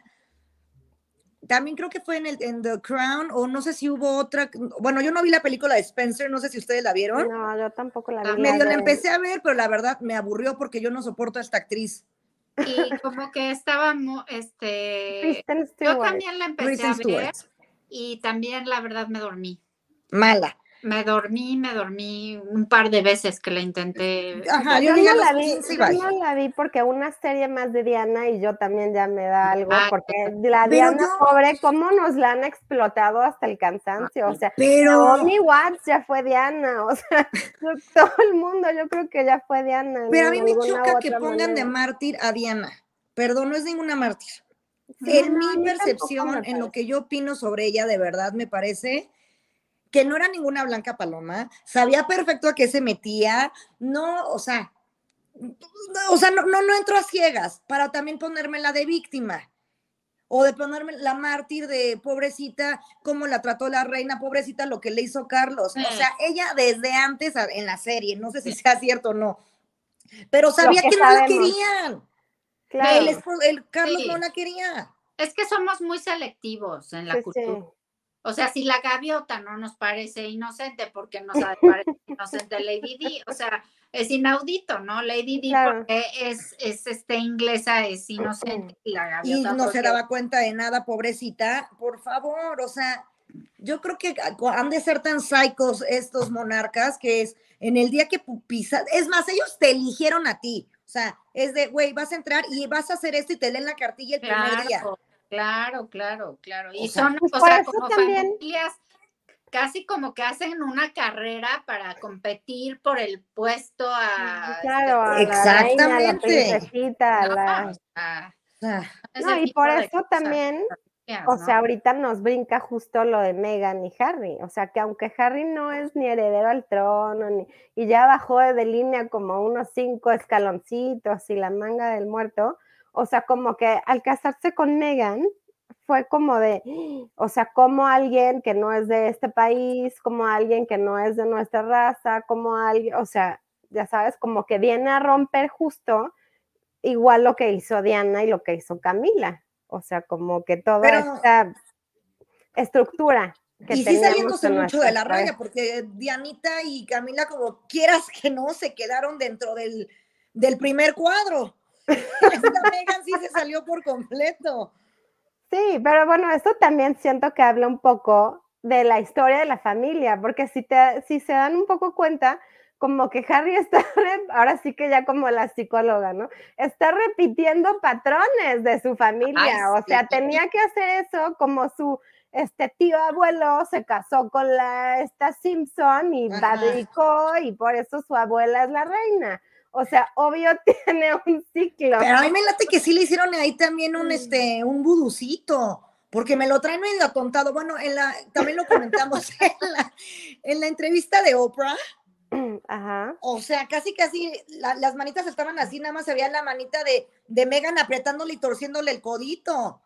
[SPEAKER 2] también creo que fue en, el, en The Crown, o no sé si hubo otra. Bueno, yo no vi la película de Spencer, no sé si ustedes la vieron.
[SPEAKER 3] No, yo tampoco la
[SPEAKER 1] Ah,
[SPEAKER 3] vi.
[SPEAKER 2] Medio
[SPEAKER 3] de-
[SPEAKER 2] la empecé a ver, pero la verdad me aburrió porque yo no soporto a esta actriz.
[SPEAKER 1] Y como que estábamos, este.
[SPEAKER 3] Kristen
[SPEAKER 1] Yo
[SPEAKER 3] Stewart.
[SPEAKER 1] también la empecé
[SPEAKER 2] Kristen
[SPEAKER 1] a ver
[SPEAKER 2] Stewart.
[SPEAKER 1] y también, la verdad, me dormí.
[SPEAKER 2] Mala.
[SPEAKER 1] Me dormí, me dormí un par de veces que la intenté.
[SPEAKER 2] Ajá, yo,
[SPEAKER 3] Yo
[SPEAKER 2] llegué a
[SPEAKER 3] no,
[SPEAKER 2] los
[SPEAKER 3] la vi,
[SPEAKER 2] 15 y
[SPEAKER 3] yo
[SPEAKER 2] bye.
[SPEAKER 3] no la vi porque una serie más de Diana y yo también ya me da algo,
[SPEAKER 1] Ah,
[SPEAKER 3] porque la
[SPEAKER 2] pero
[SPEAKER 3] Diana
[SPEAKER 2] yo-
[SPEAKER 3] pobre, ¿cómo nos la han explotado hasta el
[SPEAKER 1] Ah,
[SPEAKER 3] cansancio? O sea,
[SPEAKER 2] Pero.
[SPEAKER 3] Naomi Watts ya fue Diana, *laughs* o sea, yo- todo el mundo yo creo que ya fue Diana. ¿no?
[SPEAKER 2] Pero a
[SPEAKER 3] De
[SPEAKER 2] mí me
[SPEAKER 3] alguna u
[SPEAKER 2] choca que
[SPEAKER 3] otra
[SPEAKER 2] pongan de
[SPEAKER 3] manera.
[SPEAKER 2] mártir a Diana. Perdón, no es ninguna mártir.
[SPEAKER 3] Sí,
[SPEAKER 2] en
[SPEAKER 3] no, a mí
[SPEAKER 2] mi
[SPEAKER 3] tampoco me
[SPEAKER 2] percepción, en lo
[SPEAKER 3] parece.
[SPEAKER 2] que yo opino sobre ella, de verdad me parece que no era ninguna blanca paloma, sabía perfecto a qué se metía, no, o sea, no, o sea, no, no, no entró a ciegas para también ponérmela de víctima o de ponerme la mártir de pobrecita, cómo la trató la reina, pobrecita lo que le hizo Carlos. O sea,
[SPEAKER 3] Mm.
[SPEAKER 2] ella desde antes a- en la serie, no sé si sea cierto o no, pero sabía
[SPEAKER 3] que
[SPEAKER 2] que, no la
[SPEAKER 3] sabemos.
[SPEAKER 2] querían.
[SPEAKER 3] Claro,
[SPEAKER 2] El, esposo- el Carlos
[SPEAKER 1] Sí.
[SPEAKER 2] no la quería.
[SPEAKER 1] Es que somos muy selectivos en la
[SPEAKER 3] sí, sí.
[SPEAKER 1] cultura. O sea, si la gaviota no nos parece inocente, porque nos
[SPEAKER 3] *laughs*
[SPEAKER 1] ha de parecer inocente Lady Di? O sea, es inaudito, ¿no? Lady Di
[SPEAKER 3] Claro.
[SPEAKER 1] porque es, es este, inglesa, es inocente y la
[SPEAKER 2] y
[SPEAKER 1] gaviota. pues,
[SPEAKER 2] no se
[SPEAKER 1] porque-
[SPEAKER 2] daba cuenta de nada, pobrecita. Por favor, o sea, yo creo que cu- han de ser tan psicos estos monarcas que es en el día que pu- pisas, es más, ellos te eligieron a ti. O sea, es de, güey, vas a entrar y vas a hacer esto y te leen la cartilla el primer día.
[SPEAKER 1] Claro, claro, claro, claro. Y
[SPEAKER 2] O sea,
[SPEAKER 1] son, o
[SPEAKER 3] pues, por
[SPEAKER 1] sea,
[SPEAKER 3] eso
[SPEAKER 1] como
[SPEAKER 3] también-
[SPEAKER 1] familias casi como que hacen una carrera para competir por el puesto a... este,
[SPEAKER 3] Claro, a la reina, a la
[SPEAKER 2] Exactamente.
[SPEAKER 3] princesita, a
[SPEAKER 1] No,
[SPEAKER 3] la-
[SPEAKER 1] o sea,
[SPEAKER 2] O sea,
[SPEAKER 1] ese
[SPEAKER 3] No, y
[SPEAKER 1] Ah, tipo
[SPEAKER 3] por
[SPEAKER 1] de
[SPEAKER 3] eso
[SPEAKER 1] cosas,
[SPEAKER 3] también
[SPEAKER 1] familias,
[SPEAKER 3] O
[SPEAKER 1] ¿no?
[SPEAKER 3] sea, ahorita nos brinca justo lo de Meghan y Harry. O sea, que aunque Harry no es ni heredero al trono, ni, y ya bajó de línea como unos cinco escaloncitos y la manga del muerto, o sea, como que al casarse con Meghan fue como de, "Ah", o sea, como alguien que no es de este país, como alguien que no es de nuestra raza, como alguien, o sea, ya sabes, como que viene a romper justo igual lo que hizo Diana y lo que hizo Camila. O sea, como que toda
[SPEAKER 2] Pero-
[SPEAKER 3] esta estructura. Que
[SPEAKER 2] y sí
[SPEAKER 3] teníamos
[SPEAKER 2] saliéndose
[SPEAKER 3] en
[SPEAKER 2] mucho de la
[SPEAKER 3] nuestras
[SPEAKER 2] raya, porque Dianita y Camila, como quieras que no, se quedaron dentro del, del primer cuadro. *laughs* Esta Megan sí se salió por completo.
[SPEAKER 3] Sí, pero bueno, esto también siento que habla un poco de la historia de la familia, porque si, te, si se dan un poco cuenta, como que Harry *laughs* está, re, ahora sí que ya como la psicóloga, ¿no? Está repitiendo patrones de su familia, Ay, o sí. sea, tenía que hacer eso como su, este tío abuelo se casó con la, esta Simpson y bablicó y por eso su abuela es la reina. O sea, obvio *laughs* tiene un ciclo.
[SPEAKER 2] Pero a mí me late que sí le hicieron ahí también un, este, un buducito porque me lo traen medio atontado. Bueno, en la, también lo comentamos *laughs* en, la, en la entrevista de Oprah.
[SPEAKER 3] *clears throat* Ajá.
[SPEAKER 2] O sea, casi casi la, las manitas estaban así, nada más se veía la manita de, de Megan apretándole y torciéndole el codito.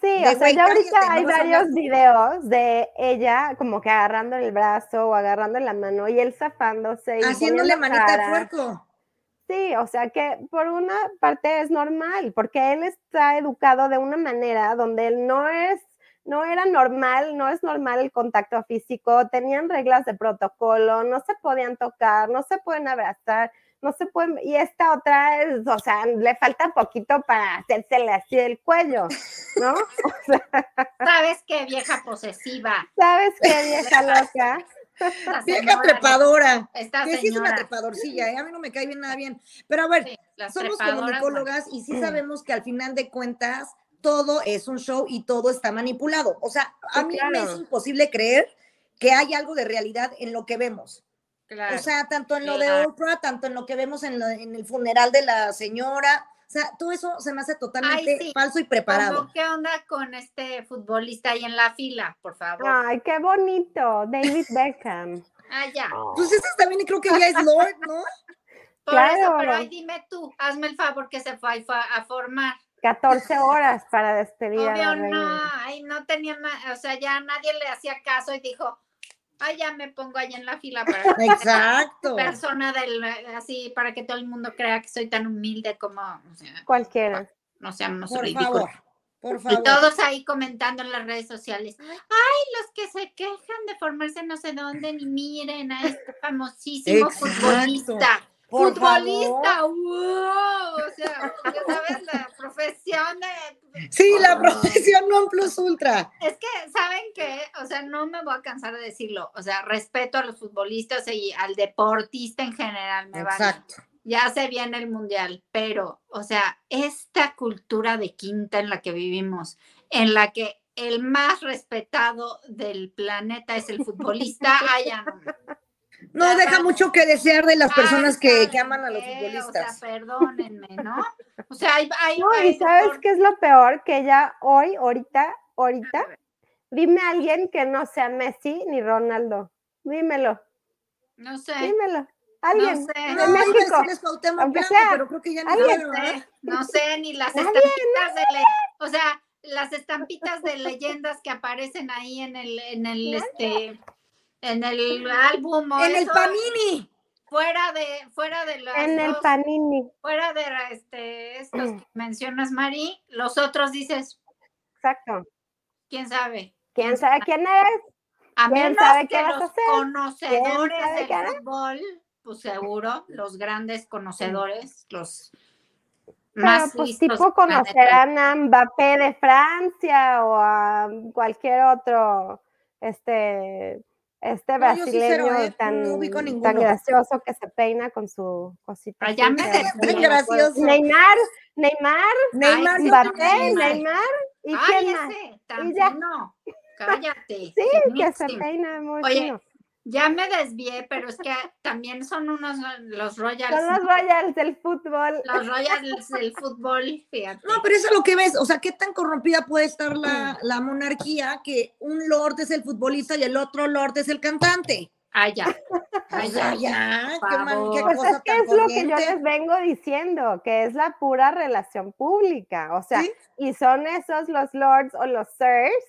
[SPEAKER 3] Sí, de o sea, ya ahorita hay no varios videos de ella como que agarrando el brazo o agarrando la mano y él zafándose. Y
[SPEAKER 2] Haciéndole manita cara. de puerco.
[SPEAKER 3] Sí, o sea que por una parte es normal, porque él está educado de una manera donde él no es, no era normal, no es normal el contacto físico, tenían reglas de protocolo, no se podían tocar, no se pueden abrazar, no se pueden, y esta otra es, o sea, le falta poquito para hacérsele así el cuello, ¿no? O
[SPEAKER 1] sea, ¿Sabes qué vieja posesiva?
[SPEAKER 3] ¿Sabes
[SPEAKER 1] *laughs*
[SPEAKER 3] qué vieja loca?
[SPEAKER 2] Señora, vieja trepadora.
[SPEAKER 1] Ah,
[SPEAKER 2] Esta que sí es una trepadorcilla, ¿eh? a mí no me cae bien nada bien. Pero a ver, sí, somos comunicólogas y sí sabemos que al final de cuentas todo es un show y todo está manipulado. O sea, a sí, mí claro. me es imposible creer que hay algo de realidad en lo que vemos. Claro, o sea, tanto en lo claro. de Oprah, tanto en lo que vemos en, lo, en, el funeral de la señora. O sea, todo eso se me hace totalmente Ay, sí. falso y preparado.
[SPEAKER 1] Como, ¿Qué onda con este futbolista ahí en la fila, por favor?
[SPEAKER 2] Ah,
[SPEAKER 3] Ay, qué bonito, David Beckham.
[SPEAKER 1] ah, ya.
[SPEAKER 2] Pues ese también creo que ya es Lord, ¿no? *laughs*
[SPEAKER 1] por claro. eso, pero ahí dime tú, hazme el favor que se fue a, a formar.
[SPEAKER 3] 14 horas para despedir Obvio, a la reina.
[SPEAKER 1] no, ay, no tenía más, o sea, ya nadie le hacía caso y dijo, ay, ya me pongo allá en la fila para
[SPEAKER 2] *laughs* Exacto.
[SPEAKER 1] persona del, así para que todo el mundo crea que soy tan humilde como o
[SPEAKER 3] sea, cualquiera.
[SPEAKER 1] No seamos no
[SPEAKER 2] por
[SPEAKER 1] ridículos.
[SPEAKER 2] Favor, por favor.
[SPEAKER 1] Y todos ahí comentando en las redes sociales. Ay, los que se quejan de formarse no sé dónde, ni miren a este famosísimo Exacto. futbolista. Por futbolista, favor. wow, o sea, ya sabes, la profesión de...
[SPEAKER 2] Sí, la profesión *laughs* non plus ultra.
[SPEAKER 1] Es que, ¿saben qué? O sea, no me voy a cansar de decirlo, o sea, respeto a los futbolistas y al deportista en general, me Exacto. Vale. Ya se viene el mundial, pero, o sea, esta cultura de quinta en la que vivimos, en la que el más respetado del planeta es el futbolista, allá
[SPEAKER 2] no ya deja mucho que desear de las
[SPEAKER 3] Ah,
[SPEAKER 2] personas Ay, que, que, aman a los futbolistas.
[SPEAKER 1] O
[SPEAKER 3] pues,
[SPEAKER 1] sea, perdónenme, ¿no? O sea, hay, hay,
[SPEAKER 3] no,
[SPEAKER 1] hay
[SPEAKER 3] y sabes por... qué es lo peor que ya hoy, ahorita, ahorita, dime a alguien que no sea Messi ni Ronaldo. Dímelo.
[SPEAKER 1] Eh, No sé.
[SPEAKER 3] Dímelo. Alguien
[SPEAKER 1] no sé.
[SPEAKER 3] de México.
[SPEAKER 2] No, Aunque blanco, sea. pero creo que ya no,
[SPEAKER 1] sé, no sé, ni las Nadie, estampitas no sé. de le... o sea, las estampitas de leyendas que aparecen ahí en el en el Nadie. este en el álbum o
[SPEAKER 2] en eso, el panini
[SPEAKER 1] fuera de fuera de los
[SPEAKER 3] en el
[SPEAKER 1] dos,
[SPEAKER 3] panini
[SPEAKER 1] fuera de este estos
[SPEAKER 3] *clears throat*
[SPEAKER 1] que mencionas Mari los otros dices
[SPEAKER 3] exacto
[SPEAKER 1] quién sabe
[SPEAKER 3] quién sabe
[SPEAKER 1] Ah.
[SPEAKER 3] quién es
[SPEAKER 1] a menos sabe que los conocedores del qué fútbol pues seguro los grandes conocedores los
[SPEAKER 3] pero, más pues tipo conocerán a Mbappé de Francia o a cualquier otro este este brasileño no, sí tan, no tan, gracioso que se peina con su cosita.
[SPEAKER 1] Allá me
[SPEAKER 2] tan gracioso.
[SPEAKER 3] Neymar, Neymar,
[SPEAKER 2] Neymar,
[SPEAKER 3] Ay, Mbappé, Neymar. Neymar. ¿Y Ay, quién más?
[SPEAKER 1] También, ¿Y ya? No, cállate.
[SPEAKER 3] *laughs* sí, que se peina muy
[SPEAKER 1] Oye, fino. ya me desvié, pero es que también son unos los Royals.
[SPEAKER 3] Son los Royals del fútbol.
[SPEAKER 1] Los Royals del fútbol, fíjate.
[SPEAKER 2] No, pero eso es lo que ves. O sea, ¿qué tan corrompida puede estar la,
[SPEAKER 3] Mm.
[SPEAKER 2] la monarquía que un lord es el futbolista y el otro lord es el cantante?
[SPEAKER 1] Ah,
[SPEAKER 2] *laughs*
[SPEAKER 1] ya.
[SPEAKER 2] Ah, ya, ya. Qué, man, qué
[SPEAKER 3] pues
[SPEAKER 2] cosa
[SPEAKER 3] es que
[SPEAKER 2] tan
[SPEAKER 3] es lo que yo
[SPEAKER 2] corriente.
[SPEAKER 3] les vengo diciendo, que es la pura relación pública. O sea,
[SPEAKER 2] ¿Sí?
[SPEAKER 3] y son esos los lords o los sirs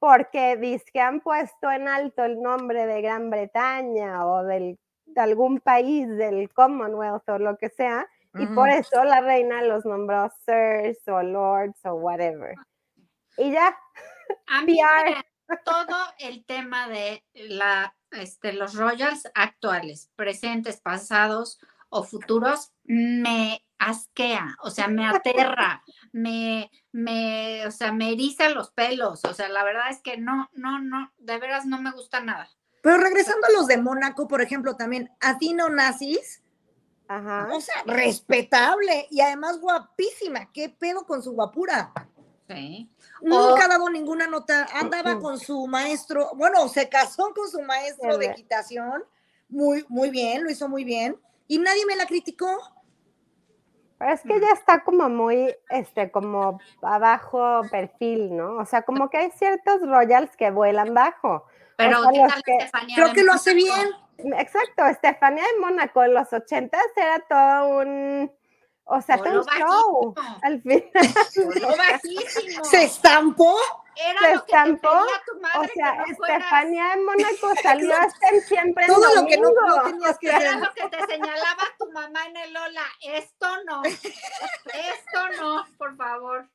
[SPEAKER 3] porque dice que han puesto en alto el nombre de Gran Bretaña o del, de algún país del Commonwealth o lo que sea, y
[SPEAKER 2] Ujú.
[SPEAKER 3] por eso la reina los nombró sirs o lords o whatever. Y ya,
[SPEAKER 1] A mí,
[SPEAKER 3] PR.
[SPEAKER 1] mira, todo el tema de la, este, los Royals actuales, presentes, pasados o futuros, me asquea, o sea, me aterra, me, me, o sea, me eriza los pelos, o sea, la verdad es que no, no, no, de veras no me gusta nada.
[SPEAKER 2] Pero regresando a los de Mónaco, por ejemplo, también, a ti no nazis,
[SPEAKER 3] Ajá.
[SPEAKER 2] o sea, respetable y además guapísima. ¿Qué pedo con su guapura?
[SPEAKER 1] Sí.
[SPEAKER 2] Nunca ha dado ninguna nota. Andaba con su maestro, bueno, se casó con su maestro de
[SPEAKER 3] Ajá.
[SPEAKER 2] equitación. Muy, muy bien, lo hizo muy bien. Y nadie me la criticó.
[SPEAKER 3] Pero es que ya está como muy, este, como abajo perfil, ¿no? O sea, como que hay ciertos royals que vuelan bajo.
[SPEAKER 1] Pero
[SPEAKER 3] O sea,
[SPEAKER 1] ¿qué
[SPEAKER 3] los
[SPEAKER 1] tal
[SPEAKER 3] que-
[SPEAKER 1] Estefanía
[SPEAKER 2] Creo
[SPEAKER 1] de
[SPEAKER 2] que lo
[SPEAKER 1] Mónaco?
[SPEAKER 2] hace bien.
[SPEAKER 3] Exacto, Estefanía de Mónaco en los ochentas era todo un, o sea, todo
[SPEAKER 1] Voló
[SPEAKER 3] un show.
[SPEAKER 1] bajísimo,
[SPEAKER 3] Al *laughs* final,
[SPEAKER 2] *laughs*
[SPEAKER 1] voló bajísimo.
[SPEAKER 2] Se estampó.
[SPEAKER 1] Era
[SPEAKER 3] se
[SPEAKER 1] lo que te
[SPEAKER 3] estampó,
[SPEAKER 1] pedía tu
[SPEAKER 3] o
[SPEAKER 1] madre
[SPEAKER 3] sea,
[SPEAKER 1] que no fueras-
[SPEAKER 3] Estefanía de Mónaco
[SPEAKER 1] *laughs*
[SPEAKER 3] salió hasta en siempre en
[SPEAKER 2] Todo lo que no,
[SPEAKER 3] domingo.
[SPEAKER 2] no tenías que
[SPEAKER 1] Era
[SPEAKER 2] hacer.
[SPEAKER 3] *laughs*
[SPEAKER 1] lo que te señalaba tu mamá en el Lola. Esto no. Esto no, por favor.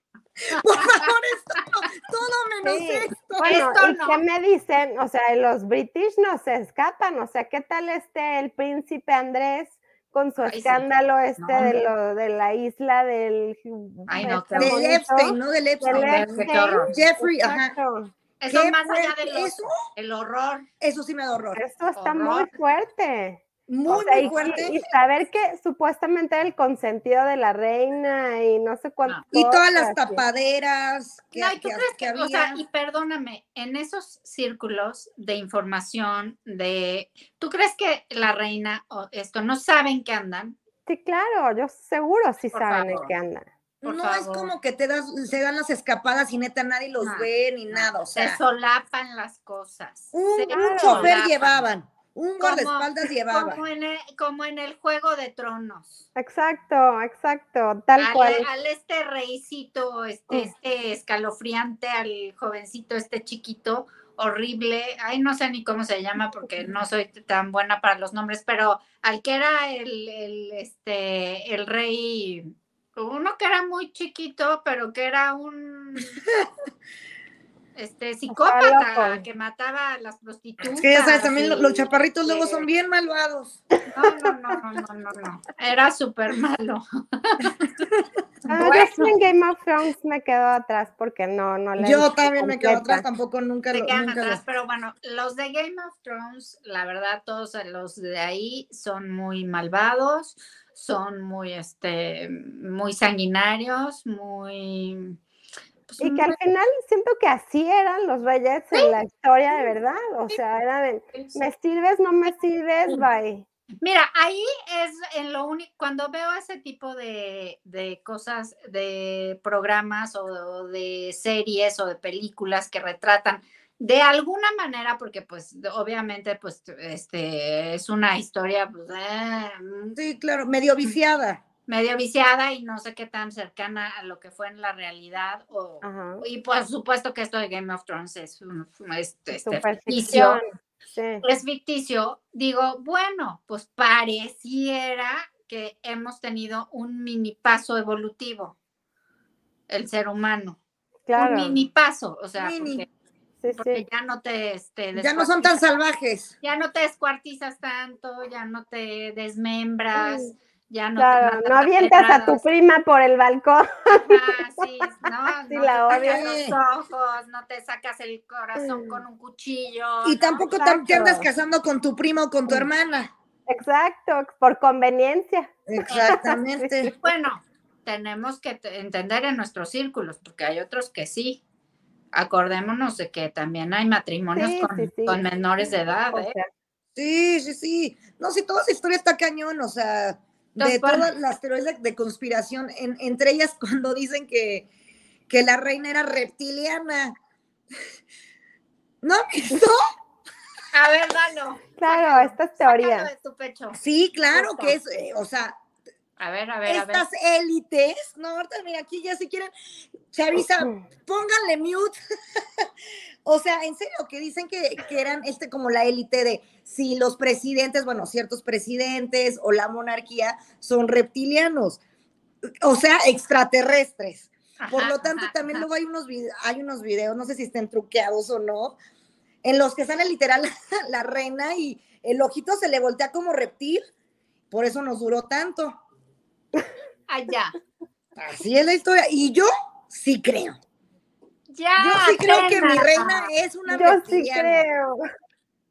[SPEAKER 2] Por favor, esto, todo menos
[SPEAKER 3] Sí.
[SPEAKER 2] esto.
[SPEAKER 3] Bueno,
[SPEAKER 1] Esto
[SPEAKER 3] ¿y
[SPEAKER 1] no.
[SPEAKER 3] qué me dicen? O sea, los british no se escapan. O sea, ¿qué tal este el príncipe Andrés con su
[SPEAKER 1] Ay, sí.
[SPEAKER 3] escándalo este
[SPEAKER 1] No,
[SPEAKER 3] de
[SPEAKER 1] hombre.
[SPEAKER 3] lo de la isla del
[SPEAKER 1] Ay, no,
[SPEAKER 3] este
[SPEAKER 1] qué
[SPEAKER 2] Del
[SPEAKER 3] monito?
[SPEAKER 2] Epstein, ¿no? Del
[SPEAKER 3] Del
[SPEAKER 2] Epstein.
[SPEAKER 1] Epstein. qué horror.
[SPEAKER 2] Jeffrey, ajá.
[SPEAKER 3] Exacto.
[SPEAKER 1] Eso
[SPEAKER 2] Qué
[SPEAKER 1] más allá
[SPEAKER 2] fuerte.
[SPEAKER 1] del hor-
[SPEAKER 2] Eso,
[SPEAKER 1] el horror.
[SPEAKER 2] eso sí me da horror.
[SPEAKER 3] Esto está muy
[SPEAKER 1] Horror.
[SPEAKER 3] fuerte. O
[SPEAKER 2] Muy,
[SPEAKER 3] sea, y-
[SPEAKER 2] muy fuerte.
[SPEAKER 3] Y, saber que supuestamente era el consentido de la reina y no sé cuánto.
[SPEAKER 2] Ah. Y todas las tapaderas que,
[SPEAKER 1] No, ¿y tú
[SPEAKER 2] que-
[SPEAKER 1] crees
[SPEAKER 2] que
[SPEAKER 1] que,
[SPEAKER 2] había.
[SPEAKER 1] o sea, y perdóname, en esos círculos de información, de, ¿tú crees que la reina o esto no saben que andan?
[SPEAKER 3] Sí, claro, yo seguro sí
[SPEAKER 1] Por
[SPEAKER 3] saben en
[SPEAKER 1] favor.
[SPEAKER 3] qué andan.
[SPEAKER 2] no
[SPEAKER 1] por
[SPEAKER 2] es
[SPEAKER 1] favor.
[SPEAKER 2] como que te das, se dan las escapadas y neta nadie los
[SPEAKER 1] No,
[SPEAKER 2] ve ni
[SPEAKER 1] no,
[SPEAKER 2] nada. O sea,
[SPEAKER 1] se solapan las cosas.
[SPEAKER 2] un,
[SPEAKER 1] se
[SPEAKER 2] un
[SPEAKER 3] claro.
[SPEAKER 2] chofer
[SPEAKER 1] solapan,
[SPEAKER 2] llevaban, un
[SPEAKER 1] Como-
[SPEAKER 2] guardaespaldas llevaba.
[SPEAKER 1] Como en, el, como en el Juego de Tronos.
[SPEAKER 3] Exacto, exacto, tal cual.
[SPEAKER 1] Al, al este reycito, este,
[SPEAKER 3] Mm.
[SPEAKER 1] este escalofriante, al jovencito, este chiquito, horrible, ay, no sé ni cómo se llama
[SPEAKER 3] *laughs*
[SPEAKER 1] porque no soy t- tan buena para los nombres, pero al que era el, el, este, el rey, uno que era muy chiquito, pero que era un
[SPEAKER 3] *laughs*
[SPEAKER 1] este psicópata
[SPEAKER 3] loco.
[SPEAKER 1] que mataba a las prostitutas.
[SPEAKER 2] Es que ya sabes, también lo- los
[SPEAKER 1] y-
[SPEAKER 2] chaparritos luego son bien malvados.
[SPEAKER 1] No, no, no, no, no, no, no. Era súper malo.
[SPEAKER 3] Ah, yo sí en Game of Thrones me quedo atrás porque no, no la he
[SPEAKER 2] Yo
[SPEAKER 3] visto
[SPEAKER 2] también me quedo atrás,
[SPEAKER 3] completa.
[SPEAKER 2] tampoco nunca
[SPEAKER 1] se
[SPEAKER 2] lo.
[SPEAKER 1] quedan
[SPEAKER 2] nunca lo-
[SPEAKER 1] atrás, pero bueno, los de Game of Thrones, la verdad, todos los de ahí son muy malvados, son muy, este, muy sanguinarios, muy... pues,
[SPEAKER 3] Y que al final siento que así eran los reyes en la historia de verdad. O sea, era de, me sirves, no me sirves, bye.
[SPEAKER 1] *laughs* Mira, ahí es en lo único, cuando veo ese tipo de, de cosas, de programas o, o de series o de películas que retratan de alguna manera, porque pues obviamente pues este es una historia pues, eh,
[SPEAKER 2] Sí, claro, medio viciada.
[SPEAKER 1] medio viciada y no sé qué tan cercana a lo que fue en la realidad. O,
[SPEAKER 3] Ajá.
[SPEAKER 1] y por supuesto que esto de Game of Thrones es, un, es, este,
[SPEAKER 3] Superstición.
[SPEAKER 1] ficticio.
[SPEAKER 3] Sí.
[SPEAKER 1] Es ficticio. Digo, bueno, pues pareciera que hemos tenido un mini paso evolutivo, el ser humano. Un
[SPEAKER 3] Claro.
[SPEAKER 1] mini paso, o sea,
[SPEAKER 2] Mini.
[SPEAKER 1] porque,
[SPEAKER 3] Sí,
[SPEAKER 1] porque
[SPEAKER 3] sí.
[SPEAKER 1] ya no te... Este,
[SPEAKER 2] Ya no son tan
[SPEAKER 1] descuartizas
[SPEAKER 2] salvajes.
[SPEAKER 1] ya no te descuartizas tanto, ya no te desmembras,
[SPEAKER 3] Sí,
[SPEAKER 1] ya no te
[SPEAKER 3] Claro,
[SPEAKER 1] matas
[SPEAKER 3] no avientas a tu
[SPEAKER 1] pedradas.
[SPEAKER 3] prima por el balcón. *laughs*
[SPEAKER 1] Ah, sí, no,
[SPEAKER 3] Sí,
[SPEAKER 1] no
[SPEAKER 3] la
[SPEAKER 1] te sacas
[SPEAKER 2] odias.
[SPEAKER 1] los ojos, no te sacas el
[SPEAKER 3] Mm.
[SPEAKER 1] corazón con un cuchillo.
[SPEAKER 2] Y
[SPEAKER 1] ¿no?
[SPEAKER 2] tampoco tam- te
[SPEAKER 3] Exacto.
[SPEAKER 2] andas casando con tu primo o con tu
[SPEAKER 3] Mm.
[SPEAKER 2] hermana.
[SPEAKER 3] Exacto, por conveniencia.
[SPEAKER 2] Exactamente.
[SPEAKER 1] Bueno, tenemos que te- entender en nuestros círculos, porque hay otros que sí. Acordémonos de que también hay matrimonios
[SPEAKER 3] Sí,
[SPEAKER 1] con,
[SPEAKER 3] sí, sí.
[SPEAKER 1] con menores de edad.
[SPEAKER 3] O
[SPEAKER 1] ¿eh?
[SPEAKER 3] sea,
[SPEAKER 2] Sí, sí, sí. No, sí, toda esa historia está cañón, o sea, de
[SPEAKER 1] Entonces, bueno.
[SPEAKER 2] todas las teorías de, de conspiración, en- entre ellas *laughs* cuando dicen que, que la reina era reptiliana. *laughs* ¿No *laughs* han visto?
[SPEAKER 1] A ver, dalo.
[SPEAKER 3] Claro, estas
[SPEAKER 1] sácalo
[SPEAKER 3] teorías.
[SPEAKER 1] de tu pecho.
[SPEAKER 2] Sí, claro
[SPEAKER 1] Justo.
[SPEAKER 2] que es, eh, o sea,
[SPEAKER 1] A ver, a ver, a ver.
[SPEAKER 2] estas élites, no, ahorita mira, aquí ya si quieren, Chavisa,
[SPEAKER 3] Mm.
[SPEAKER 2] pónganle mute. *laughs* o sea, en serio, que dicen que, que eran este como la élite de si los presidentes, bueno, ciertos presidentes o la monarquía son reptilianos, o sea, extraterrestres. Por lo
[SPEAKER 1] Ajá,
[SPEAKER 2] tanto,
[SPEAKER 1] ajá,
[SPEAKER 2] también
[SPEAKER 1] ajá.
[SPEAKER 2] luego hay unos, vide- hay unos videos, no sé si estén truqueados o no, en los que sale literal *laughs* la reina y el ojito se le voltea como reptil, por eso nos duró tanto.
[SPEAKER 1] Ah, ya.
[SPEAKER 2] Así es la historia. Y yo sí creo.
[SPEAKER 1] Ya, Ah,
[SPEAKER 2] Yo sí creo que mi
[SPEAKER 1] Elena.
[SPEAKER 2] reina es una
[SPEAKER 3] Yo sí
[SPEAKER 2] reptiliana.
[SPEAKER 3] creo.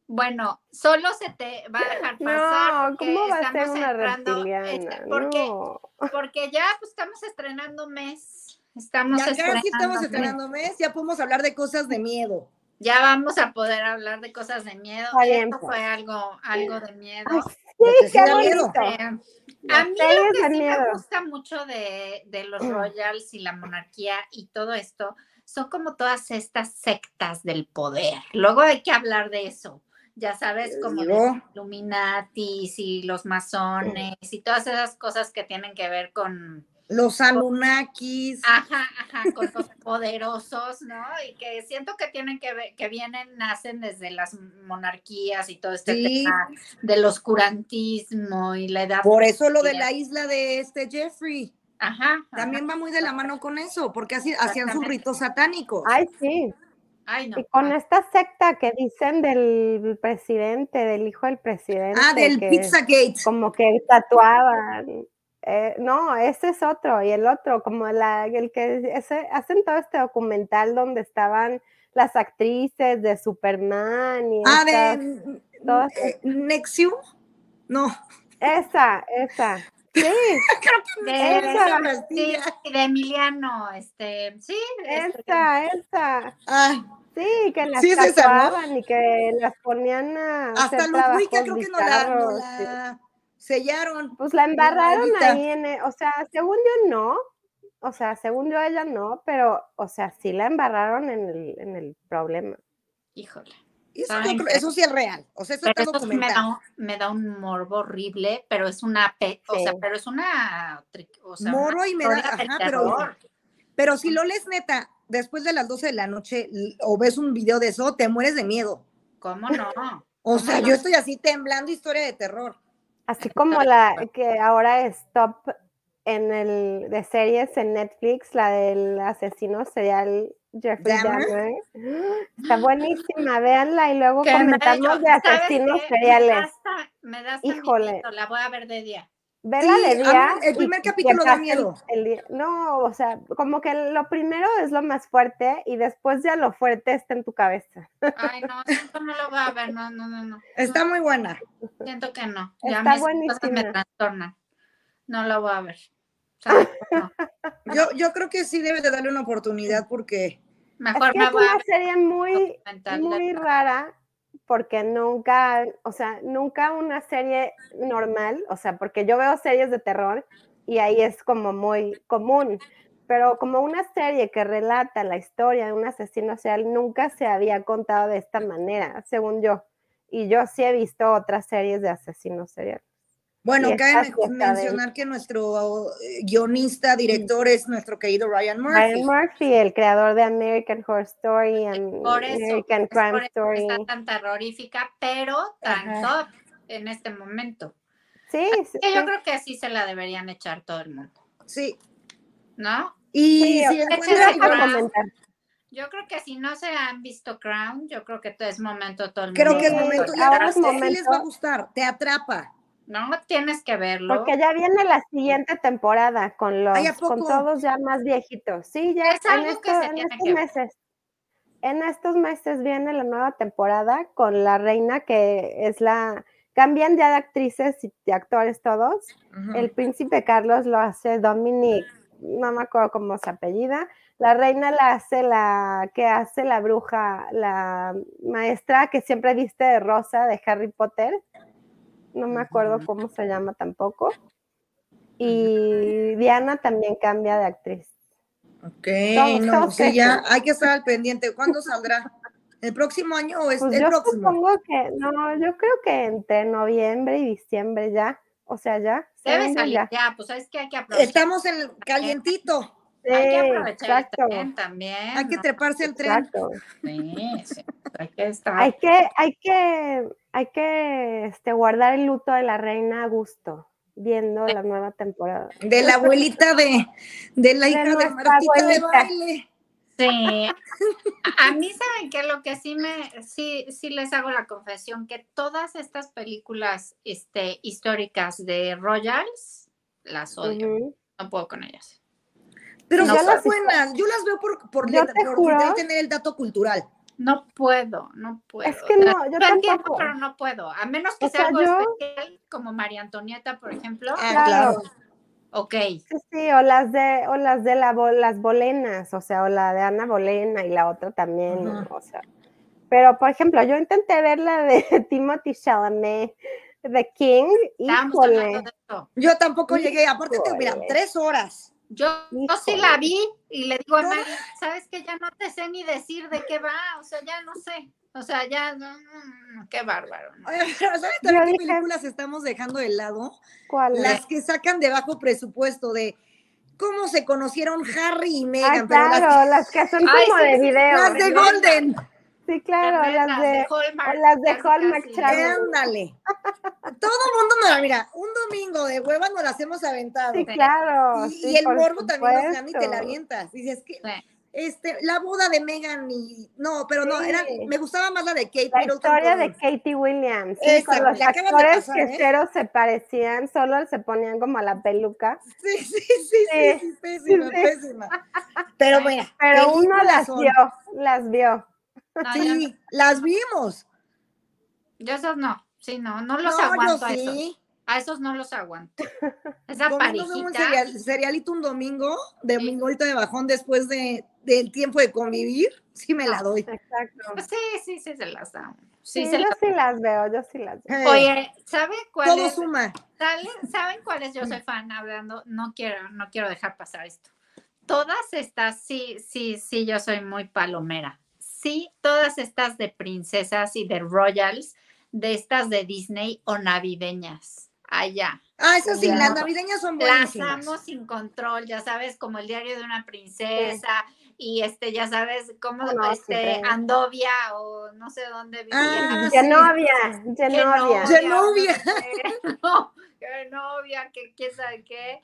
[SPEAKER 1] Bueno, solo se te va a dejar pasar.
[SPEAKER 3] No, ¿cómo
[SPEAKER 1] porque
[SPEAKER 3] va a ser
[SPEAKER 1] estamos
[SPEAKER 3] una
[SPEAKER 1] entrando- este,
[SPEAKER 3] reptiliana?
[SPEAKER 1] porque,
[SPEAKER 3] No.
[SPEAKER 1] porque ya pues, estamos estrenando mes. Estamos
[SPEAKER 2] ya casi
[SPEAKER 1] estrenando
[SPEAKER 2] estamos
[SPEAKER 1] mes.
[SPEAKER 2] estrenando mes, ya podemos hablar de cosas de miedo.
[SPEAKER 1] Ya vamos a poder hablar de cosas de miedo.
[SPEAKER 3] Está bien,
[SPEAKER 1] Esto
[SPEAKER 3] pues.
[SPEAKER 1] fue algo, algo de miedo.
[SPEAKER 3] Ay,
[SPEAKER 2] Lo que
[SPEAKER 3] Sí,
[SPEAKER 2] sí
[SPEAKER 3] qué
[SPEAKER 2] da miedo.
[SPEAKER 3] bonito.
[SPEAKER 1] Eh, a mí
[SPEAKER 3] Ustedes
[SPEAKER 1] lo que
[SPEAKER 3] dan
[SPEAKER 1] sí me
[SPEAKER 3] miedo.
[SPEAKER 1] gusta mucho de, de los
[SPEAKER 2] Mm.
[SPEAKER 1] royals y la monarquía y todo esto son como todas estas sectas del poder. Luego hay que hablar de eso. Ya sabes, como de
[SPEAKER 2] Digo,
[SPEAKER 1] Illuminatis y los masones y todas esas cosas que tienen que ver con,
[SPEAKER 2] los Anunnakis.
[SPEAKER 1] ajá, ajá, con los poderosos, ¿no? Y que siento que tienen que ver, que vienen, nacen desde las monarquías y todo este
[SPEAKER 2] Sí.
[SPEAKER 1] tema del oscurantismo y la edad.
[SPEAKER 2] Por eso lo de
[SPEAKER 1] ya.
[SPEAKER 2] la isla de este Jeffrey.
[SPEAKER 1] Ajá. ajá.
[SPEAKER 2] También va muy de la mano con eso, porque así hacían sus
[SPEAKER 1] Exactamente.
[SPEAKER 2] ritos satánicos.
[SPEAKER 3] Ay, sí.
[SPEAKER 1] Ay, no.
[SPEAKER 3] Y con
[SPEAKER 2] este
[SPEAKER 3] esta secta que dicen del presidente, del hijo del presidente.
[SPEAKER 2] Ah, del
[SPEAKER 3] que
[SPEAKER 2] Pizzagate.
[SPEAKER 3] Como que tatuaban. Eh, no, ese es otro. Y el otro, como la, el que ese, hacen todo este documental donde estaban las actrices de Superman y
[SPEAKER 2] Ah,
[SPEAKER 3] estas-
[SPEAKER 2] de
[SPEAKER 3] todas-
[SPEAKER 2] eh, Nexium. No,
[SPEAKER 3] Esa, esa. Sí,
[SPEAKER 1] De,
[SPEAKER 3] Esa,
[SPEAKER 2] Esa
[SPEAKER 1] sí,
[SPEAKER 2] pastilla.
[SPEAKER 1] de Emiliano, este, sí, este,
[SPEAKER 3] esa, esa.
[SPEAKER 2] Ah,
[SPEAKER 3] Sí, que las
[SPEAKER 2] Sí es esa, ¿no?
[SPEAKER 3] tatuaban y que las ponían a
[SPEAKER 2] hasta
[SPEAKER 3] hacer
[SPEAKER 2] Ludwika
[SPEAKER 3] trabajos
[SPEAKER 2] creo que no la, no
[SPEAKER 3] bizarros, sí.
[SPEAKER 2] la sellaron.
[SPEAKER 3] Pues la embarraron
[SPEAKER 2] maldita.
[SPEAKER 3] ahí en, e- o sea, según yo no, o sea, según yo ella no, pero, o sea, sí la embarraron en el, en el problema.
[SPEAKER 1] híjole.
[SPEAKER 2] Y Eso,
[SPEAKER 1] Ay,
[SPEAKER 2] yo creo-
[SPEAKER 1] pero-
[SPEAKER 2] eso sí es real. O sea, eso
[SPEAKER 1] Pero
[SPEAKER 2] está
[SPEAKER 1] eso sí me da,
[SPEAKER 2] documentado.
[SPEAKER 1] un, me da un morbo horrible, pero es una, pe- o
[SPEAKER 3] Sí.
[SPEAKER 1] sea, pero es una, tri- o sea, una
[SPEAKER 2] Morbo y me da-
[SPEAKER 1] historia de
[SPEAKER 2] ajá, pero-
[SPEAKER 1] terror.
[SPEAKER 2] Pero si lo lees neta, después de las 12 de la noche l- o ves un video de eso, te mueres de miedo.
[SPEAKER 1] ¿Cómo no?
[SPEAKER 2] O sea, yo estoy así temblando historia de terror.
[SPEAKER 3] Así como la que ahora es top en el de series en Netflix, la del asesino serial Jeffrey
[SPEAKER 2] ¿Dahmer?
[SPEAKER 3] Dahmer. *gasps* Está buenísima, véanla y luego
[SPEAKER 1] Que me- yo-
[SPEAKER 3] comentamos de
[SPEAKER 1] ¿sabes
[SPEAKER 3] asesinos
[SPEAKER 1] qué? Me da
[SPEAKER 3] seriales.
[SPEAKER 1] hasta, me da hasta
[SPEAKER 3] Híjole.
[SPEAKER 1] miedito, la voy a ver de día.
[SPEAKER 3] Vela
[SPEAKER 2] Sí,
[SPEAKER 3] de
[SPEAKER 2] a
[SPEAKER 3] día.
[SPEAKER 2] mí el
[SPEAKER 3] y-
[SPEAKER 2] primer
[SPEAKER 3] y que
[SPEAKER 2] capítulo da
[SPEAKER 3] pase el-
[SPEAKER 2] miedo.
[SPEAKER 3] el día- No, o sea, como que lo primero es lo más fuerte y después ya lo fuerte está en tu cabeza.
[SPEAKER 1] Ay, no, siento no lo voy a ver, no, no, no, no.
[SPEAKER 2] Está muy buena.
[SPEAKER 1] Siento que no. Ya mis
[SPEAKER 3] Está
[SPEAKER 1] cosas me
[SPEAKER 3] buenísima.
[SPEAKER 1] trastornan. No lo voy a ver. O sea,
[SPEAKER 3] *laughs*
[SPEAKER 1] no.
[SPEAKER 2] Yo, yo creo que sí debes de darle una oportunidad porque
[SPEAKER 3] Es,
[SPEAKER 1] Mejor
[SPEAKER 3] que
[SPEAKER 1] me
[SPEAKER 3] es
[SPEAKER 1] voy a
[SPEAKER 3] una
[SPEAKER 1] ver
[SPEAKER 3] serie muy,
[SPEAKER 1] documental de-
[SPEAKER 3] muy rara porque nunca, o sea, nunca una serie normal, o sea, porque yo veo series de terror y ahí es como muy común, pero como una serie que relata la historia de un asesino serial nunca se había contado de esta manera, según yo. Y yo sí he visto otras series de asesinos serial.
[SPEAKER 2] Bueno,
[SPEAKER 3] Y
[SPEAKER 2] cabe
[SPEAKER 3] esta
[SPEAKER 2] men-
[SPEAKER 3] fiesta de-
[SPEAKER 2] mencionar que nuestro eh, guionista, director es nuestro querido Ryan Murphy.
[SPEAKER 3] Ryan Murphy, el creador de American Horror Story, and
[SPEAKER 1] Por eso,
[SPEAKER 3] American
[SPEAKER 1] es por
[SPEAKER 3] Crime
[SPEAKER 1] eso que
[SPEAKER 3] Story.
[SPEAKER 1] está tan terrorífica, pero tan
[SPEAKER 2] Ajá.
[SPEAKER 1] top en este momento.
[SPEAKER 3] Sí, sí,
[SPEAKER 1] Que yo
[SPEAKER 3] sí.
[SPEAKER 1] creo que así se la deberían echar todo el mundo,
[SPEAKER 2] Sí.
[SPEAKER 1] ¿no?
[SPEAKER 2] Y
[SPEAKER 3] Sí,
[SPEAKER 2] si
[SPEAKER 3] o- Sí,
[SPEAKER 2] encuentran
[SPEAKER 1] Ese es
[SPEAKER 3] deja
[SPEAKER 1] el
[SPEAKER 2] igual-
[SPEAKER 1] Brown.
[SPEAKER 3] comentar.
[SPEAKER 1] Yo creo que si no se han visto Crown, yo creo que es momento todo el mundo.
[SPEAKER 2] creo que es
[SPEAKER 3] Sí,
[SPEAKER 1] de
[SPEAKER 2] momento. Y
[SPEAKER 3] ahora
[SPEAKER 2] ahora
[SPEAKER 3] es
[SPEAKER 2] sí les va a
[SPEAKER 3] momento.
[SPEAKER 2] gustar, te atrapa.
[SPEAKER 1] No tienes que verlo.
[SPEAKER 3] Porque ya viene la siguiente temporada con los
[SPEAKER 2] Ay, ¿a
[SPEAKER 3] con
[SPEAKER 2] poco?
[SPEAKER 3] todos ya más viejitos. Sí, ya
[SPEAKER 1] Es
[SPEAKER 3] en,
[SPEAKER 1] algo que
[SPEAKER 3] esto-
[SPEAKER 1] se
[SPEAKER 3] en
[SPEAKER 1] tiene
[SPEAKER 3] estos
[SPEAKER 1] que ver.
[SPEAKER 3] meses. En estos meses viene la nueva temporada con la reina que es la cambian ya de actrices y de actores todos. El príncipe Carlos lo hace Dominic, no me acuerdo cómo se apellida. La reina la hace la que hace la bruja, la maestra que siempre viste de rosa de Harry Potter. No me acuerdo
[SPEAKER 2] Ujú.
[SPEAKER 3] cómo se llama tampoco. Y Diana también cambia de actriz.
[SPEAKER 2] Ok,
[SPEAKER 3] Todos-
[SPEAKER 2] no,
[SPEAKER 3] todos
[SPEAKER 2] sí, ya
[SPEAKER 3] crecen.
[SPEAKER 2] hay que estar al pendiente. ¿Cuándo saldrá? ¿El próximo año o es
[SPEAKER 3] Pues
[SPEAKER 2] el
[SPEAKER 3] yo
[SPEAKER 2] próximo?
[SPEAKER 3] supongo que, no, yo creo que entre noviembre y diciembre ya. O sea, ya.
[SPEAKER 1] Debe
[SPEAKER 3] según yo,
[SPEAKER 1] salir
[SPEAKER 3] ya.
[SPEAKER 1] ya. pues es que hay que aprovechar.
[SPEAKER 2] Estamos en el calientito.
[SPEAKER 1] Hay que
[SPEAKER 3] Sí,
[SPEAKER 1] aprovechar el
[SPEAKER 3] exacto,
[SPEAKER 1] tren también.
[SPEAKER 2] Hay que
[SPEAKER 1] ¿no?
[SPEAKER 2] treparse al tren.
[SPEAKER 3] exacto.
[SPEAKER 1] Sí, sí, pues, Hay que estar.
[SPEAKER 3] Hay que, hay que, hay que este, guardar el luto de la reina a gusto, viendo la nueva temporada.
[SPEAKER 2] De la abuelita de, de la hija de
[SPEAKER 3] nuestra
[SPEAKER 2] Martita de
[SPEAKER 3] abuelita.
[SPEAKER 2] baile.
[SPEAKER 1] Sí. A a mí saben que lo que sí me sí sí les hago la confesión que todas estas películas este históricas de Royals las odio,
[SPEAKER 3] Ujú.
[SPEAKER 1] no puedo con ellas.
[SPEAKER 2] Pero
[SPEAKER 3] No
[SPEAKER 2] son
[SPEAKER 3] sabes.
[SPEAKER 2] buenas. Yo las veo por, por,
[SPEAKER 3] Yo
[SPEAKER 2] por-
[SPEAKER 3] te
[SPEAKER 2] por
[SPEAKER 3] juro.
[SPEAKER 2] intentar tener el dato cultural.
[SPEAKER 1] No puedo, no puedo.
[SPEAKER 3] Es que no, yo
[SPEAKER 1] Lo entiendo,
[SPEAKER 3] tampoco.
[SPEAKER 1] pero no puedo. A menos que
[SPEAKER 3] O
[SPEAKER 1] sea
[SPEAKER 3] sea,
[SPEAKER 1] algo
[SPEAKER 3] yo-
[SPEAKER 1] especial, como María Antonieta, por ejemplo.
[SPEAKER 2] Ah, claro.
[SPEAKER 1] Ok.
[SPEAKER 3] Sí, sí, o las de, o las de la, bo- las bolenas, o sea, o la de Ana Bolena y la otra también,
[SPEAKER 2] Ajá.
[SPEAKER 3] o sea. Pero, por ejemplo, yo intenté ver la de *laughs* Timothy Chalamet, The King,
[SPEAKER 1] Estábamos
[SPEAKER 3] híjole.
[SPEAKER 1] hablando de esto.
[SPEAKER 2] Yo tampoco llegué, aparte te
[SPEAKER 3] Híjole.
[SPEAKER 2] mira, tres horas. *laughs*
[SPEAKER 1] Yo, yo sí
[SPEAKER 3] Híjole.
[SPEAKER 1] la vi y le digo a
[SPEAKER 2] No.
[SPEAKER 1] Mari, sabes que ya no te sé ni decir de qué va, o sea, ya no sé. O sea, ya, no, no, no, qué bárbaro. ¿no?
[SPEAKER 2] Oye, pero ¿sabes
[SPEAKER 3] Yo
[SPEAKER 2] también qué
[SPEAKER 3] dije-
[SPEAKER 2] películas estamos dejando de lado?
[SPEAKER 3] ¿Cuál es?
[SPEAKER 2] Las que sacan de bajo presupuesto de cómo se conocieron Harry y
[SPEAKER 3] Ah,
[SPEAKER 2] Meghan, pero las-
[SPEAKER 3] claro, las que son
[SPEAKER 1] Ay,
[SPEAKER 3] como
[SPEAKER 1] sí,
[SPEAKER 3] de
[SPEAKER 1] sí, sí,
[SPEAKER 3] video.
[SPEAKER 2] las, de
[SPEAKER 1] tremenda.
[SPEAKER 2] Golden.
[SPEAKER 3] Sí, claro, las de...
[SPEAKER 1] Hallmark.
[SPEAKER 3] o las de
[SPEAKER 1] casi,
[SPEAKER 3] Hallmark
[SPEAKER 1] casi.
[SPEAKER 3] Channel.
[SPEAKER 2] Eh, Ándale. Todo mundo nos la mira. Un domingo de hueva nos las hemos aventado.
[SPEAKER 3] Sí, claro.
[SPEAKER 2] y,
[SPEAKER 3] sí,
[SPEAKER 2] y el
[SPEAKER 3] por
[SPEAKER 2] morbo también nos gana y te
[SPEAKER 3] supuesto.
[SPEAKER 2] la avientas. Dices que
[SPEAKER 1] Sí.
[SPEAKER 2] este, la boda de Megan y. No, pero no,
[SPEAKER 3] Sí.
[SPEAKER 2] era, me gustaba más la de Kate
[SPEAKER 3] La
[SPEAKER 2] Middleton
[SPEAKER 3] historia
[SPEAKER 2] con-
[SPEAKER 3] de Katie Williams. Sí,
[SPEAKER 2] Esa,
[SPEAKER 3] con los
[SPEAKER 2] la acaban de
[SPEAKER 3] actores
[SPEAKER 2] pasar,
[SPEAKER 3] que
[SPEAKER 2] ¿eh?
[SPEAKER 3] cero se parecían, solo se ponían como a la peluca.
[SPEAKER 2] Sí, sí, sí, sí, sí,
[SPEAKER 3] Sí,
[SPEAKER 2] pésima,
[SPEAKER 3] sí.
[SPEAKER 2] pésima. Pero mira,
[SPEAKER 3] Pero uno
[SPEAKER 2] películas
[SPEAKER 3] las
[SPEAKER 2] son.
[SPEAKER 3] vio, las vio.
[SPEAKER 1] No, yo Ah, no.
[SPEAKER 2] Sí, las vimos.
[SPEAKER 1] Yo esos no, sí, no, no los
[SPEAKER 2] no,
[SPEAKER 1] aguanto
[SPEAKER 2] yo
[SPEAKER 1] a esos.
[SPEAKER 2] sí.
[SPEAKER 1] A esos no los
[SPEAKER 3] *laughs*
[SPEAKER 1] aguanto. Esa
[SPEAKER 2] Comiéndome un
[SPEAKER 1] parejita.
[SPEAKER 2] cereal- cerealito un domingo, domingo ahorita de bajón después de, del tiempo de convivir, sí me la doy.
[SPEAKER 3] Exacto.
[SPEAKER 1] pues Sí, sí, sí, se las da. uno. Sí,
[SPEAKER 3] Sí,
[SPEAKER 1] se
[SPEAKER 3] yo
[SPEAKER 1] las-
[SPEAKER 3] sí las veo, yo sí las veo.
[SPEAKER 2] Eh,
[SPEAKER 1] Oye, ¿sabe cuál
[SPEAKER 2] todo
[SPEAKER 1] es?
[SPEAKER 2] suma.
[SPEAKER 1] ¿Sale- ¿Saben cuáles
[SPEAKER 2] Mm.
[SPEAKER 1] yo soy fan hablando? No quiero, no quiero dejar pasar esto. Todas estas, sí, sí, sí, yo soy muy palomera. Sí, todas estas de princesas y de royals, de estas de Disney o navideñas. Allá.
[SPEAKER 2] Ah, eso sí,
[SPEAKER 3] Ya.
[SPEAKER 2] las navideñas son
[SPEAKER 1] Las
[SPEAKER 2] buenísimas.
[SPEAKER 1] amo sin control, ya sabes, como el diario de una princesa y este, ya sabes, como
[SPEAKER 3] Ah, no, sí,
[SPEAKER 1] este,
[SPEAKER 3] tremendo.
[SPEAKER 1] Andovia o no sé dónde
[SPEAKER 2] Ah,
[SPEAKER 1] vivía.
[SPEAKER 2] sí.
[SPEAKER 3] Genovia, Genovia.
[SPEAKER 2] Genovia.
[SPEAKER 1] *laughs* No, que novia, que quién sabe qué.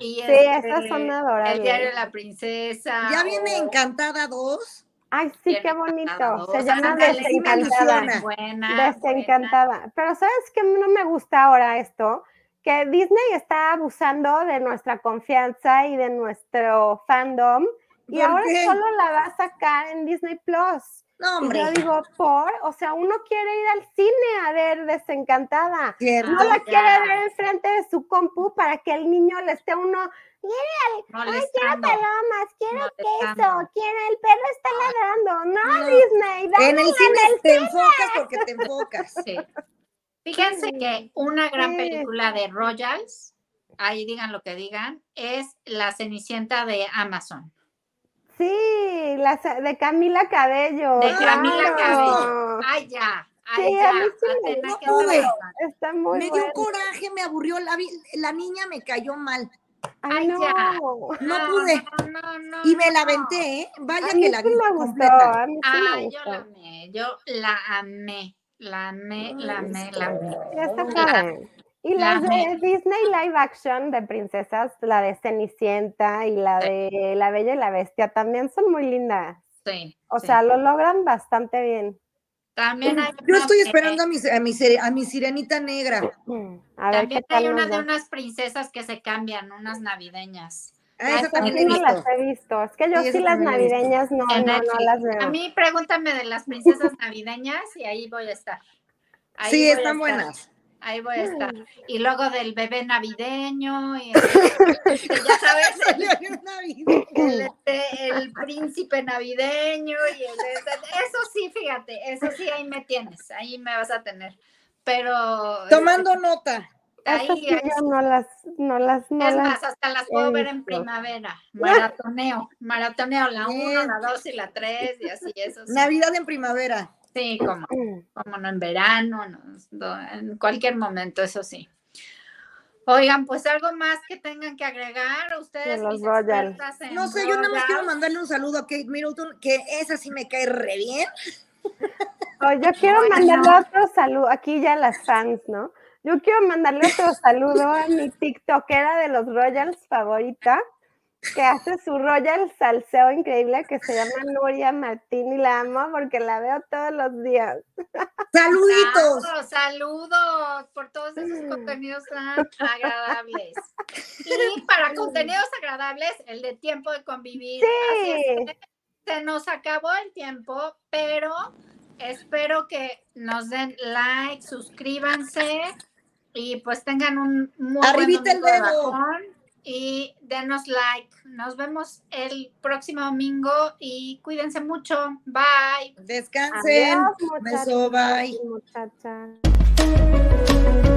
[SPEAKER 1] Y este,
[SPEAKER 3] Sí, esas son
[SPEAKER 1] El diario de
[SPEAKER 3] adorables.
[SPEAKER 1] la princesa.
[SPEAKER 2] Ya viene
[SPEAKER 1] o-
[SPEAKER 2] encantada dos.
[SPEAKER 3] Ay, sí, qué
[SPEAKER 1] Bien
[SPEAKER 3] bonito.
[SPEAKER 1] Encantados,
[SPEAKER 3] Se llama
[SPEAKER 1] ándale, sí me
[SPEAKER 3] Desencantada.
[SPEAKER 2] ilusiona.
[SPEAKER 1] Buena, buena.
[SPEAKER 3] Desencantada. este Pero ¿sabes qué no me gusta ahora esto? Que Disney está abusando de nuestra confianza y de nuestro fandom y
[SPEAKER 2] ¿Por
[SPEAKER 3] ahora
[SPEAKER 2] qué?
[SPEAKER 3] solo la va a sacar en Disney Plus.
[SPEAKER 2] No,
[SPEAKER 3] Y
[SPEAKER 2] hombre.
[SPEAKER 3] yo digo, por, o sea, uno quiere ir al cine a ver Desencantada.
[SPEAKER 2] cierto.
[SPEAKER 3] No la
[SPEAKER 1] ya.
[SPEAKER 3] quiere ver enfrente de su compu para que el niño le esté uno, quiero
[SPEAKER 1] Molestando,
[SPEAKER 3] palomas, quiero
[SPEAKER 1] molestando.
[SPEAKER 3] queso, quiero, el perro está ladrando. No,
[SPEAKER 2] No.
[SPEAKER 3] Disney,
[SPEAKER 2] en
[SPEAKER 3] dame
[SPEAKER 2] el cine te enfocas porque te
[SPEAKER 1] *laughs*
[SPEAKER 2] enfocas.
[SPEAKER 1] Sí. Fíjense que una gran
[SPEAKER 3] Sí.
[SPEAKER 1] película de Royals, ahí digan lo que digan, es La Cenicienta de Amazon.
[SPEAKER 3] Sí, la sa- de Camila Cabello.
[SPEAKER 1] De Camila
[SPEAKER 3] claro.
[SPEAKER 1] Ay, ya,
[SPEAKER 3] Sí,
[SPEAKER 1] ay,
[SPEAKER 3] a
[SPEAKER 1] ya.
[SPEAKER 3] mí sí me
[SPEAKER 1] Atena,
[SPEAKER 2] gustó.
[SPEAKER 1] ¿qué estás
[SPEAKER 2] Uy,
[SPEAKER 1] hablando?
[SPEAKER 3] Está muy
[SPEAKER 2] me dio
[SPEAKER 3] buena.
[SPEAKER 2] coraje, me aburrió. La, vi- la niña me cayó mal.
[SPEAKER 3] Ay,
[SPEAKER 1] Ay,
[SPEAKER 3] no.
[SPEAKER 1] ya.
[SPEAKER 2] No pude.
[SPEAKER 1] no, no, no,
[SPEAKER 2] Y me la
[SPEAKER 1] Ah, no.
[SPEAKER 2] aventé, ¿eh? Vaya
[SPEAKER 3] A
[SPEAKER 2] que
[SPEAKER 3] mí
[SPEAKER 2] la
[SPEAKER 3] sí
[SPEAKER 2] vi
[SPEAKER 3] me gustó. ¿eh?
[SPEAKER 2] completa.
[SPEAKER 3] A mí sí
[SPEAKER 1] Ah,
[SPEAKER 3] me
[SPEAKER 1] yo la
[SPEAKER 3] gustó.
[SPEAKER 1] amé, yo la amé, la amé, la amé, la amé.
[SPEAKER 3] Ya está
[SPEAKER 1] La-
[SPEAKER 3] joven. Y
[SPEAKER 1] la
[SPEAKER 3] las de
[SPEAKER 1] amé.
[SPEAKER 3] Disney live action de princesas, la de Cenicienta y la de La Bella y la Bestia también son muy lindas.
[SPEAKER 1] Sí.
[SPEAKER 3] O
[SPEAKER 1] sí.
[SPEAKER 3] sea, lo logran bastante bien.
[SPEAKER 1] también hay
[SPEAKER 2] Yo
[SPEAKER 1] una
[SPEAKER 2] estoy
[SPEAKER 1] de-
[SPEAKER 2] esperando a mi, a mi, sire- a mi sirenita negra.
[SPEAKER 3] A ver qué
[SPEAKER 1] También
[SPEAKER 3] tal
[SPEAKER 1] hay una
[SPEAKER 3] nos
[SPEAKER 1] de
[SPEAKER 3] va.
[SPEAKER 1] unas princesas que se cambian, unas navideñas.
[SPEAKER 2] Ah, esa
[SPEAKER 1] Esa
[SPEAKER 2] también la
[SPEAKER 3] Así
[SPEAKER 2] he
[SPEAKER 3] no las
[SPEAKER 2] visto.
[SPEAKER 3] he visto. Es que yo
[SPEAKER 2] Sí,
[SPEAKER 3] sí,
[SPEAKER 2] esa también
[SPEAKER 3] las
[SPEAKER 2] la he visto.
[SPEAKER 3] navideñas no,
[SPEAKER 1] en
[SPEAKER 3] no, no
[SPEAKER 1] Netflix.
[SPEAKER 3] las veo.
[SPEAKER 1] A mí pregúntame de las princesas navideñas y ahí voy a estar. Ahí voy
[SPEAKER 2] Sí,
[SPEAKER 1] a
[SPEAKER 2] están
[SPEAKER 1] estar,
[SPEAKER 2] buenas.
[SPEAKER 1] Ahí voy a estar. Y luego del bebé navideño y ya
[SPEAKER 3] *coughs*
[SPEAKER 2] *laughs*
[SPEAKER 1] sabes, el- el, este, el príncipe navideño y el- este, eso sí, fíjate, eso sí ahí me tienes, ahí me vas a tener. Pero
[SPEAKER 2] Tomando nota.
[SPEAKER 1] ahí
[SPEAKER 3] Esas sí
[SPEAKER 1] es,
[SPEAKER 3] yo no las, no las, no
[SPEAKER 1] es
[SPEAKER 3] las.
[SPEAKER 1] más, hasta las puedo ver en
[SPEAKER 3] visto.
[SPEAKER 2] *laughs*
[SPEAKER 1] primavera, maratoneo, maratoneo la 1,
[SPEAKER 2] Bien.
[SPEAKER 1] la 2 y la 3 y así eso sí.
[SPEAKER 2] Navidad en primavera.
[SPEAKER 1] Sí, como,
[SPEAKER 3] Mm.
[SPEAKER 1] como no en verano, no, no, en cualquier momento, eso sí. Oigan, pues algo más que tengan que agregar ustedes.
[SPEAKER 3] los
[SPEAKER 1] mis
[SPEAKER 3] Royals.
[SPEAKER 1] expertas en
[SPEAKER 2] No sé, yo nada más quiero
[SPEAKER 1] Royals.
[SPEAKER 2] mandarle un saludo a Kate Middleton, que esa sí me cae re bien.
[SPEAKER 3] Oh, yo quiero
[SPEAKER 1] Bueno.
[SPEAKER 3] mandarle otro saludo, aquí ya las fans, ¿no? Yo quiero mandarle
[SPEAKER 1] *laughs*
[SPEAKER 3] otro saludo a mi TikTokera de los Royals favorita, que hace su Royal salseo increíble, que se llama Nuria Martín y la amo porque la veo todos los días.
[SPEAKER 2] Saluditos.
[SPEAKER 1] Saludos, saludos por todos
[SPEAKER 2] Mm.
[SPEAKER 1] esos contenidos
[SPEAKER 2] *laughs*
[SPEAKER 1] tan agradables.
[SPEAKER 2] Mm.
[SPEAKER 1] Y para contenidos agradables, el de tiempo de convivir. Así es que se nos acabó el tiempo, pero espero que nos den like, suscríbanse y pues tengan un muy
[SPEAKER 2] Arribita el
[SPEAKER 1] buen domingo de
[SPEAKER 2] dedo.
[SPEAKER 1] bajón y denos like. Nos vemos el próximo domingo y cuídense mucho. Bye.
[SPEAKER 2] Descansen.
[SPEAKER 3] Adiós,
[SPEAKER 2] Beso,
[SPEAKER 3] muchachos
[SPEAKER 2] bye.
[SPEAKER 3] y muchachas.